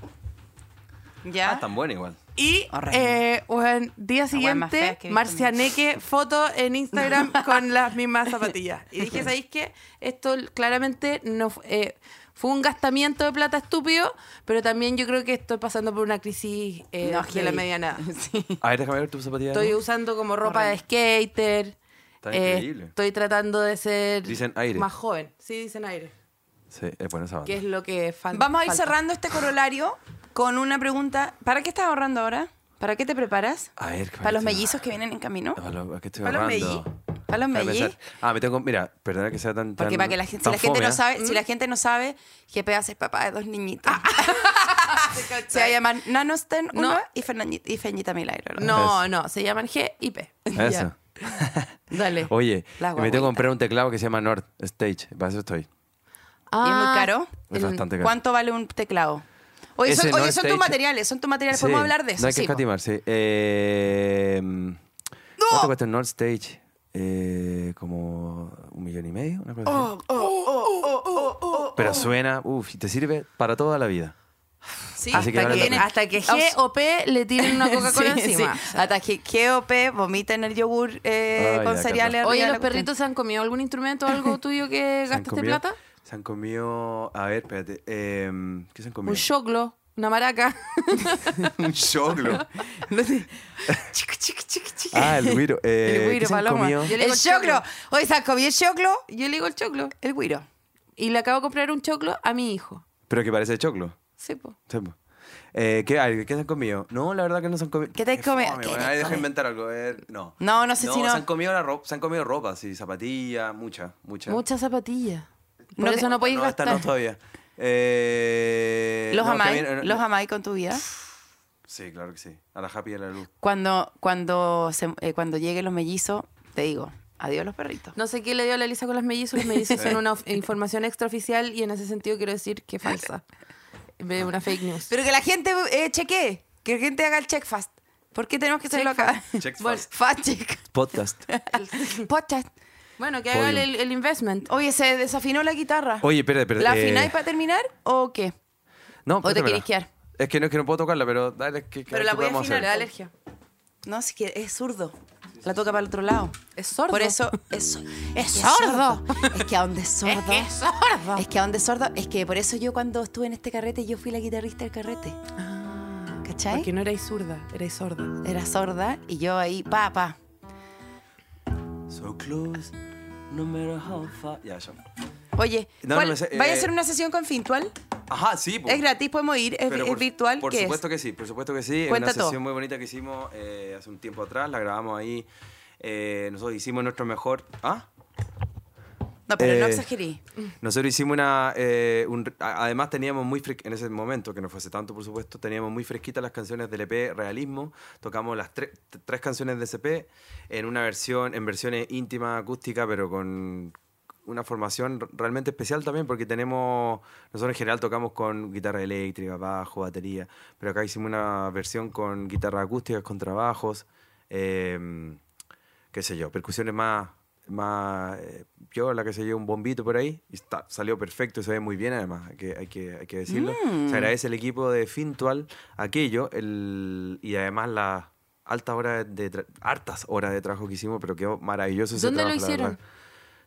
B: ¿Ya?
F: Ah, tan buena igual.
D: Y,
B: Horrible.
D: eh, bueno,
B: wea
D: día
B: más fea
D: siguiente,
B: que he visto en mi
D: Marcianeque, foto
B: (laughs)
D: en Instagram con las mismas zapatillas. Y dije, ¿sabéis qué? Esto claramente no fu- eh, fue un gastamiento de plata estúpido, pero también yo creo que estoy pasando por una crisis eh,
B: No,
D: de la
B: heavy. (laughs)
D: mediana.
F: A ver, déjame ver tus zapatillas.
D: Estoy usando como ropa de skater.
F: Está
D: eh,
F: increíble.
D: estoy tratando de ser
F: Dicen aire.
D: más joven. Sí, dicen aire.
F: Sí, es buena esa banda.
D: Que es lo que fal-
B: Vamos a ir
D: falta.
B: cerrando este corolario con una pregunta. ¿Para qué estás ahorrando ahora? ¿Para qué te preparas?
F: A ver, ¿qué
B: ¿Para los
F: me-
B: mellizos que vienen en camino?
F: Para los que estoy
B: ¿Para los
F: ahorrando.
B: mellis? ¿Para los
F: Déjame
B: mellis?
F: pensar. Ah, me tengo. Mira, perdona que sea tan.
B: Porque
F: tan-
B: para que la gente, si
F: tan
B: la gente
F: fome,
B: no
F: ¿eh?
B: sabe, (laughs) si la gente no sabe, GP va a ser papá de dos niñitos. Se va (laughs) a llamar Nanosten uno
D: No.
B: y, Fernandita, y Feñita Milagro. ¿no?
D: No, no, se llaman G y P. (laughs) Ya.
F: Eso.
D: Dale.
F: Oye,
B: La
F: me tengo
B: guaguita.
F: que comprar un teclado que se llama Nord Stage. Para eso estoy.
B: ¿Y es muy
D: Ah,
B: caro? Mm,
F: Es bastante caro.
B: ¿Cuánto vale un teclado? Oye,
F: Ese
B: son,
F: no
B: oye,
F: es
B: son tus
F: stage.
B: materiales, son tus materiales. Podemos
F: Sí,
B: hablar de eso.
F: No hay que
B: sí, po.
F: escatimar, sí. Eh, ¿Cuánto cuesta el Nord Stage? Eh, como un millón y medio, una cosa así. Pero suena, uff, y te sirve para toda la vida.
B: Sí,
F: Así que
B: hasta,
F: vale la
B: que,
F: pena.
B: hasta que
D: G o P le tienen una
B: (laughs)
D: Coca-Cola
B: Sí,
D: encima.
B: sí. Hasta que GOP vomita en el yogur eh,
F: Ay,
B: con
F: ya,
B: cereales. arriba de
D: Oye, ¿los
B: la cuestión.
D: perritos se han comido algún instrumento
B: (laughs)
D: o algo tuyo que
F: ¿Se han
D: gastaste
F: comido-
D: plata?
F: Se han comido, a ver, espérate, eh, ¿qué se han comido?
D: Un choclo, una maraca.
F: (laughs)
D: (laughs)
F: Un choclo. ah, el guiro. Eh,
D: El guiro,
F: ¿qué se han
D: paloma.
F: comido?
D: Yo le digo
B: El choclo. Oye, saco bien el choclo,
D: Yo le digo el choclo.
B: el guiro.
D: Y le acabo de comprar un choclo a mi hijo.
F: Pero que parece choclo.
D: Sí, po.
F: Sí, po. Eh, ¿qué, hay? ¿Qué se han comido? No, la verdad que no se han comido.
B: ¿Qué te has
F: Qué
B: comido?
F: fome,
B: ¿Qué
F: weón.
B: te has
F: Ay, deja
B: comido?
F: inventar algo. a ver, no.
B: No, no sé si no.
F: Se han comido, la ropa, se han comido ropa, sí, zapatillas, mucha, mucha.
D: Muchas zapatillas. Por
B: No,
D: eso no podéis
F: no, esta
D: gastar.
F: no todavía. Eh,
B: ¿Los
F: no,
B: amáis?
F: también, eh,
B: ¿Los
F: no.
B: amáis con tu vida?
F: Sí, claro que sí. A la happy y a la luz.
B: Cuando, cuando, se- eh, cuando lleguen los mellizos, te digo, adiós los perritos.
D: No sé qué le dio a la Elisa con las mellizos. Los mellizos son una of- información extraoficial y en ese sentido quiero decir que falsa. En vez de una fake news.
B: Pero que la gente eh, chequee, que la gente haga el check fast. ¿Por qué tenemos que hacerlo acá? (laughs)
F: Check
B: Bueno,
F: fast.
B: Fast
F: (laughs)
B: check. (laughs)
F: Podcast.
B: Podcast.
D: Bueno, que haga
F: Podium.
D: el, el investment.
B: Oye, se desafinó la guitarra.
F: Oye, espérate, espérate.
B: ¿La
F: eh,
B: afináis para terminar o qué?
F: No,
B: te
F: espérate,
B: quieres
F: espérate.
B: quedar?
F: Es que no es que no puedo tocarla, pero dale, que, que-
B: Pero la
F: ¿qué
B: voy a
F: podemos
B: afinar,
F: hacer?
B: dale.
D: Alergia.
B: No, si que es zurdo. La toca para el otro lado.
D: Es sordo.
B: Por eso es, es
D: sordo.
B: sordo. Es que a donde es sordo.
D: Es que es sordo.
B: Es que a donde es sordo. Es que por eso yo cuando estuve en este carrete, yo fui la guitarrista del carrete. ¿Cachai?
D: Porque no erais zurda, erais sorda.
B: Era sorda y yo ahí, pa, pa.
F: So close, no matter how far. Ya, ya.
B: Oye,
F: No,
B: ¿cuál-
F: no me sé,
B: ¿vaya a
F: eh,
B: hacer una sesión con Fintual?
F: Ajá, sí. pues, po.
B: Es gratis, podemos ir, es,
F: Pero
B: es
F: por-
B: virtual.
F: Por
B: ¿qué es?
F: supuesto que sí, por supuesto que sí. Es
B: Cuenta
F: una
B: todo.
F: sesión muy bonita que hicimos eh, hace un tiempo atrás, la grabamos ahí. Eh, nosotros hicimos nuestro mejor. ¿Ah?
B: No, pero no
F: Eh,
B: exageré.
F: Nosotros hicimos una. eh, un- a- además, teníamos muy fres- en ese momento, que no fuese tanto, por supuesto, teníamos muy fresquitas las canciones del EP Realismo. Tocamos las tre- t- tres canciones de ese EP en una versión, en versiones íntima, acústica, pero con una formación r- realmente especial también porque tenemos nosotros en general tocamos con guitarra eléctrica, bajo, batería, pero acá hicimos una versión con guitarra acústica, con trabajos, eh, qué sé yo, percusiones más, más eh, piola, qué sé yo, un bombito por ahí. Y está- salió perfecto, se ve muy bien además, hay que, hay que, hay que decirlo.
B: Mm.
F: Se agradece el equipo de Fintual aquello el, y además las altas horas de tra- hartas horas de trabajo que hicimos, pero quedó maravilloso ese
D: ¿Dónde lo
F: trabajo, la
D: hicieron?
F: verdad.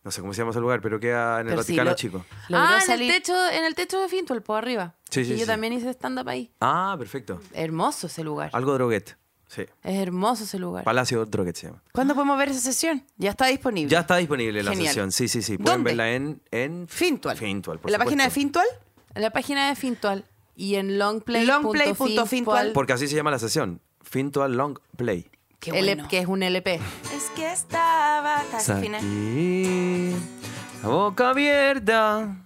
F: No sé cómo se llama ese lugar, pero queda en el
B: Pero sí,
F: Vaticano
B: lo-
F: Chico.
B: Logró
D: ah,
B: salir-
D: en el techo, en el techo de Fintual, por arriba.
F: Sí, sí,
D: Y yo
F: sí.
D: también hice stand-up ahí.
F: Ah, perfecto.
D: Hermoso ese lugar.
F: Algo droguet. Sí.
D: Es hermoso ese lugar.
F: Palacio Droguet se llama.
B: ¿Cuándo podemos ver esa sesión? Ya está disponible.
F: Ya está disponible la
B: Genial.
F: sesión. Sí, sí, sí. Pueden
B: ¿Dónde?
F: verla en, en
B: Fintual.
F: Fintual, por
B: ¿En la página de
F: supuesto.
B: Fintual?
D: En la página de Fintual y en longplay.
B: Longplay.fintual.
F: Porque así se llama la sesión. Fintual Long Play.
B: Qué
D: Que es un
F: (laughs)
D: LP.
B: Es que estaba hasta el final.
F: Aquí, la boca abierta,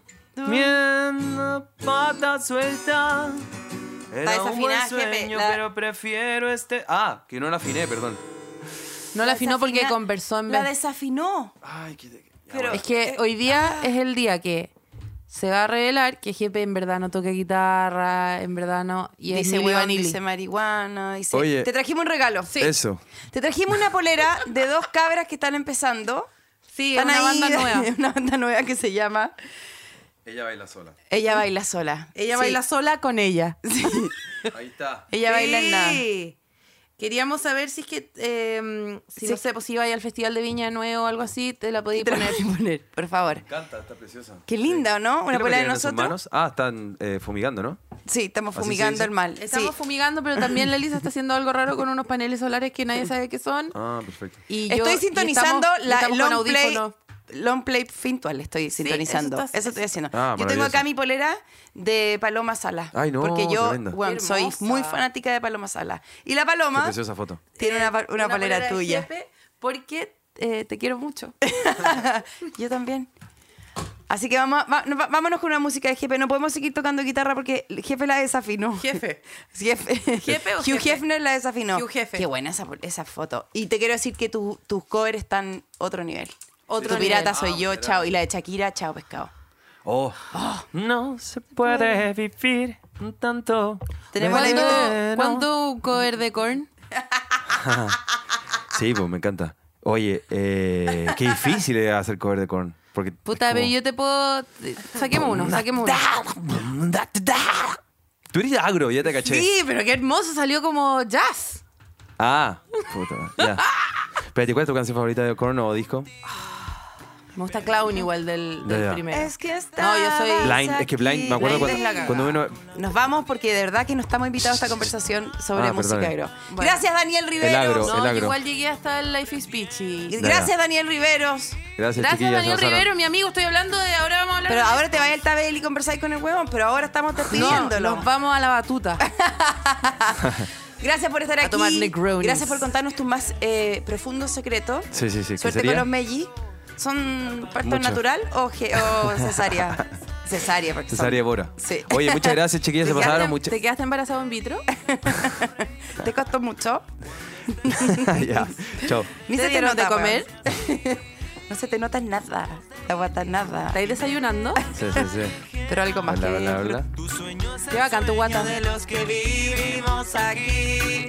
F: bien, la pata suelta. Era
B: Está
F: un buen
B: desafinada, jefe,
F: sueño,
B: la-
F: pero prefiero este. Ah, que no la afiné, perdón.
D: No la afinó porque
B: desafina-
D: conversó en
B: La
D: vez.
B: desafinó.
F: Ay, que- ya,
B: Pero-
F: bueno.
D: Es que hoy día es el día que se va a revelar que Jepe en verdad no toca guitarra, en verdad no. Y es
B: dice
D: Milli
B: huevón,
D: Vanilli.
B: dice marihuana, dice...
F: Oye.
B: Te trajimos un regalo.
F: Eso.
B: Te trajimos una polera de dos cabras que están empezando.
D: Sí, es
B: Están
D: una
B: ahí-
D: banda nueva.
B: (laughs)
D: (laughs)
B: una banda nueva que se llama
F: Ella baila sola.
B: Ella baila sola.
D: Ella
B: Sí.
D: baila sola con ella.
F: Ahí está.
B: Ella baila en nada.
D: Sí. Queríamos saber si es que, eh, si
B: Sí.
D: no sé, pues si vais al Festival de Viña Nuevo o algo así, te la podéis
B: Te la (laughs)
D: poner.
B: voy a poner, por favor.
F: Canta, está preciosa.
B: Qué linda, ¿o ¿no?
F: ¿Qué es
B: Una
F: lo que
B: polera de
F: tienen en sus
B: nosotros.
F: manos? Ah, están eh, fumigando, ¿no?
B: Sí, estamos
F: Así se
B: fumigando
F: dice.
B: el mal.
D: Estamos
B: sí.
D: fumigando, pero también la Elisa está haciendo algo raro con unos paneles solares que nadie sabe qué son.
F: Ah, perfecto.
D: Y yo-
B: Estoy
D: y
B: sintonizando
D: estamos- y
B: la
D: estamos con
B: long play,
D: audífonos.
B: long play Fintual. Estoy sintonizando.
D: eso
B: Eso,
D: está-
B: estoy haciendo.
F: Ah,
B: yo tengo acá
F: maravilloso.
B: mi polera de Paloma Sala.
F: Ay, no,
B: Porque yo
F: tremenda.
B: weón,
D: Qué
B: soy
D: hermosa.
B: muy fanática de Paloma Sala. Y la
F: Qué
B: Paloma
F: preciosa foto.
B: tiene una, pa- una polera,
D: de
B: tuya.
D: Jepe, Porque eh, te
B: (laughs)
D: quiero mucho.
B: Yo también. Así que vamos, a- va- no, va- vámonos con una música de jefe. No podemos seguir tocando guitarra porque el jefe la desafinó.
D: Jefe.
B: (laughs) Jefe.
D: Jefe o
B: Hugh
D: jefe.
B: Hefner la desafinó.
D: Hugh Jefe.
B: Qué buena esa, esa foto. Y te quiero decir que tu- tus covers están otro nivel.
D: Otro
B: tu
D: nivel.
B: pirata
F: Ah,
B: soy yo, chao. Y la de Shakira, chao, pescado.
F: Oh,
E: No se puede vivir tanto.
B: Tenemos
D: ¿Cuándo,
B: la-
D: cuándo un cover de Korn?
F: sí, pues me encanta. Oye, eh, qué difícil es hacer cover de Korn. Porque es
D: Puta,
F: como-
D: pero yo te puedo... te- Saquemos uno, saquemos uno.
F: Tú eres agro, ya te caché.
D: Sí, pero qué hermoso, salió como jazz.
F: Ah, puta, ya. Espérate, ¿cuál es tu canción favorita de Korn o disco?
D: Me gusta Clown igual del,
F: Ya,
D: del
F: ya.
D: primero.
B: Es que está.
D: No, yo soy-
F: Blind, es que Blind, me acuerdo
D: Blind es la
F: cuando,
D: cagada.
F: cuando uno...
B: Nos vamos porque de verdad que no estamos invitados a esta conversación sobre
F: Ah,
B: música
F: perdón.
B: agro.
D: Bueno.
B: Gracias, Daniel Riveros.
F: agro.
D: No,
F: el
D: yo
F: agro.
D: igual llegué hasta el Life is Peachy.
B: Gracias, Daniel Riveros.
F: Gracias,
D: Gracias,
F: chiquillas.
D: Daniel
F: se pasaron.
D: Rivero, mi amigo. Estoy hablando de ahora vamos a hablar
B: Pero
D: de-
B: ahora te vaya al tabel y conversáis con el huevón, pero ahora estamos
D: no,
B: despidiéndolo.
D: nos vamos a la
F: (laughs)
D: batuta.
B: Gracias por estar aquí.
D: tomar Negronis.
B: Gracias por contarnos tus más eh, profundos secretos.
F: Sí, sí, sí, ¿qué
B: Suerte
F: sería?
B: con los mellis. ¿Son parto
F: Mucho.
B: natural o, ge-
F: (laughs)
B: o cesárea? cesárea, porque son-
F: Cesárea Bora.
B: Sí.
F: Oye, muchas gracias, chiquillas. Se
D: ¿Te
F: pasaron
D: quedaste-
F: mucho.
D: ¿Te quedaste embarazado in vitro?
B: ¿Te costó mucho?
F: (laughs) ya, chao.
B: Ni
D: ¿Te
B: se te
D: dieron
B: nota
D: de comer?
B: weón. no se te nota nada. La guata nada. (laughs)
D: ¿Estáis desayunando?
F: Sí, sí, sí.
B: Pero algo más
F: Hola,
B: que
F: hola, hola.
D: Qué bacán tu guata.
E: los que vivimos aquí.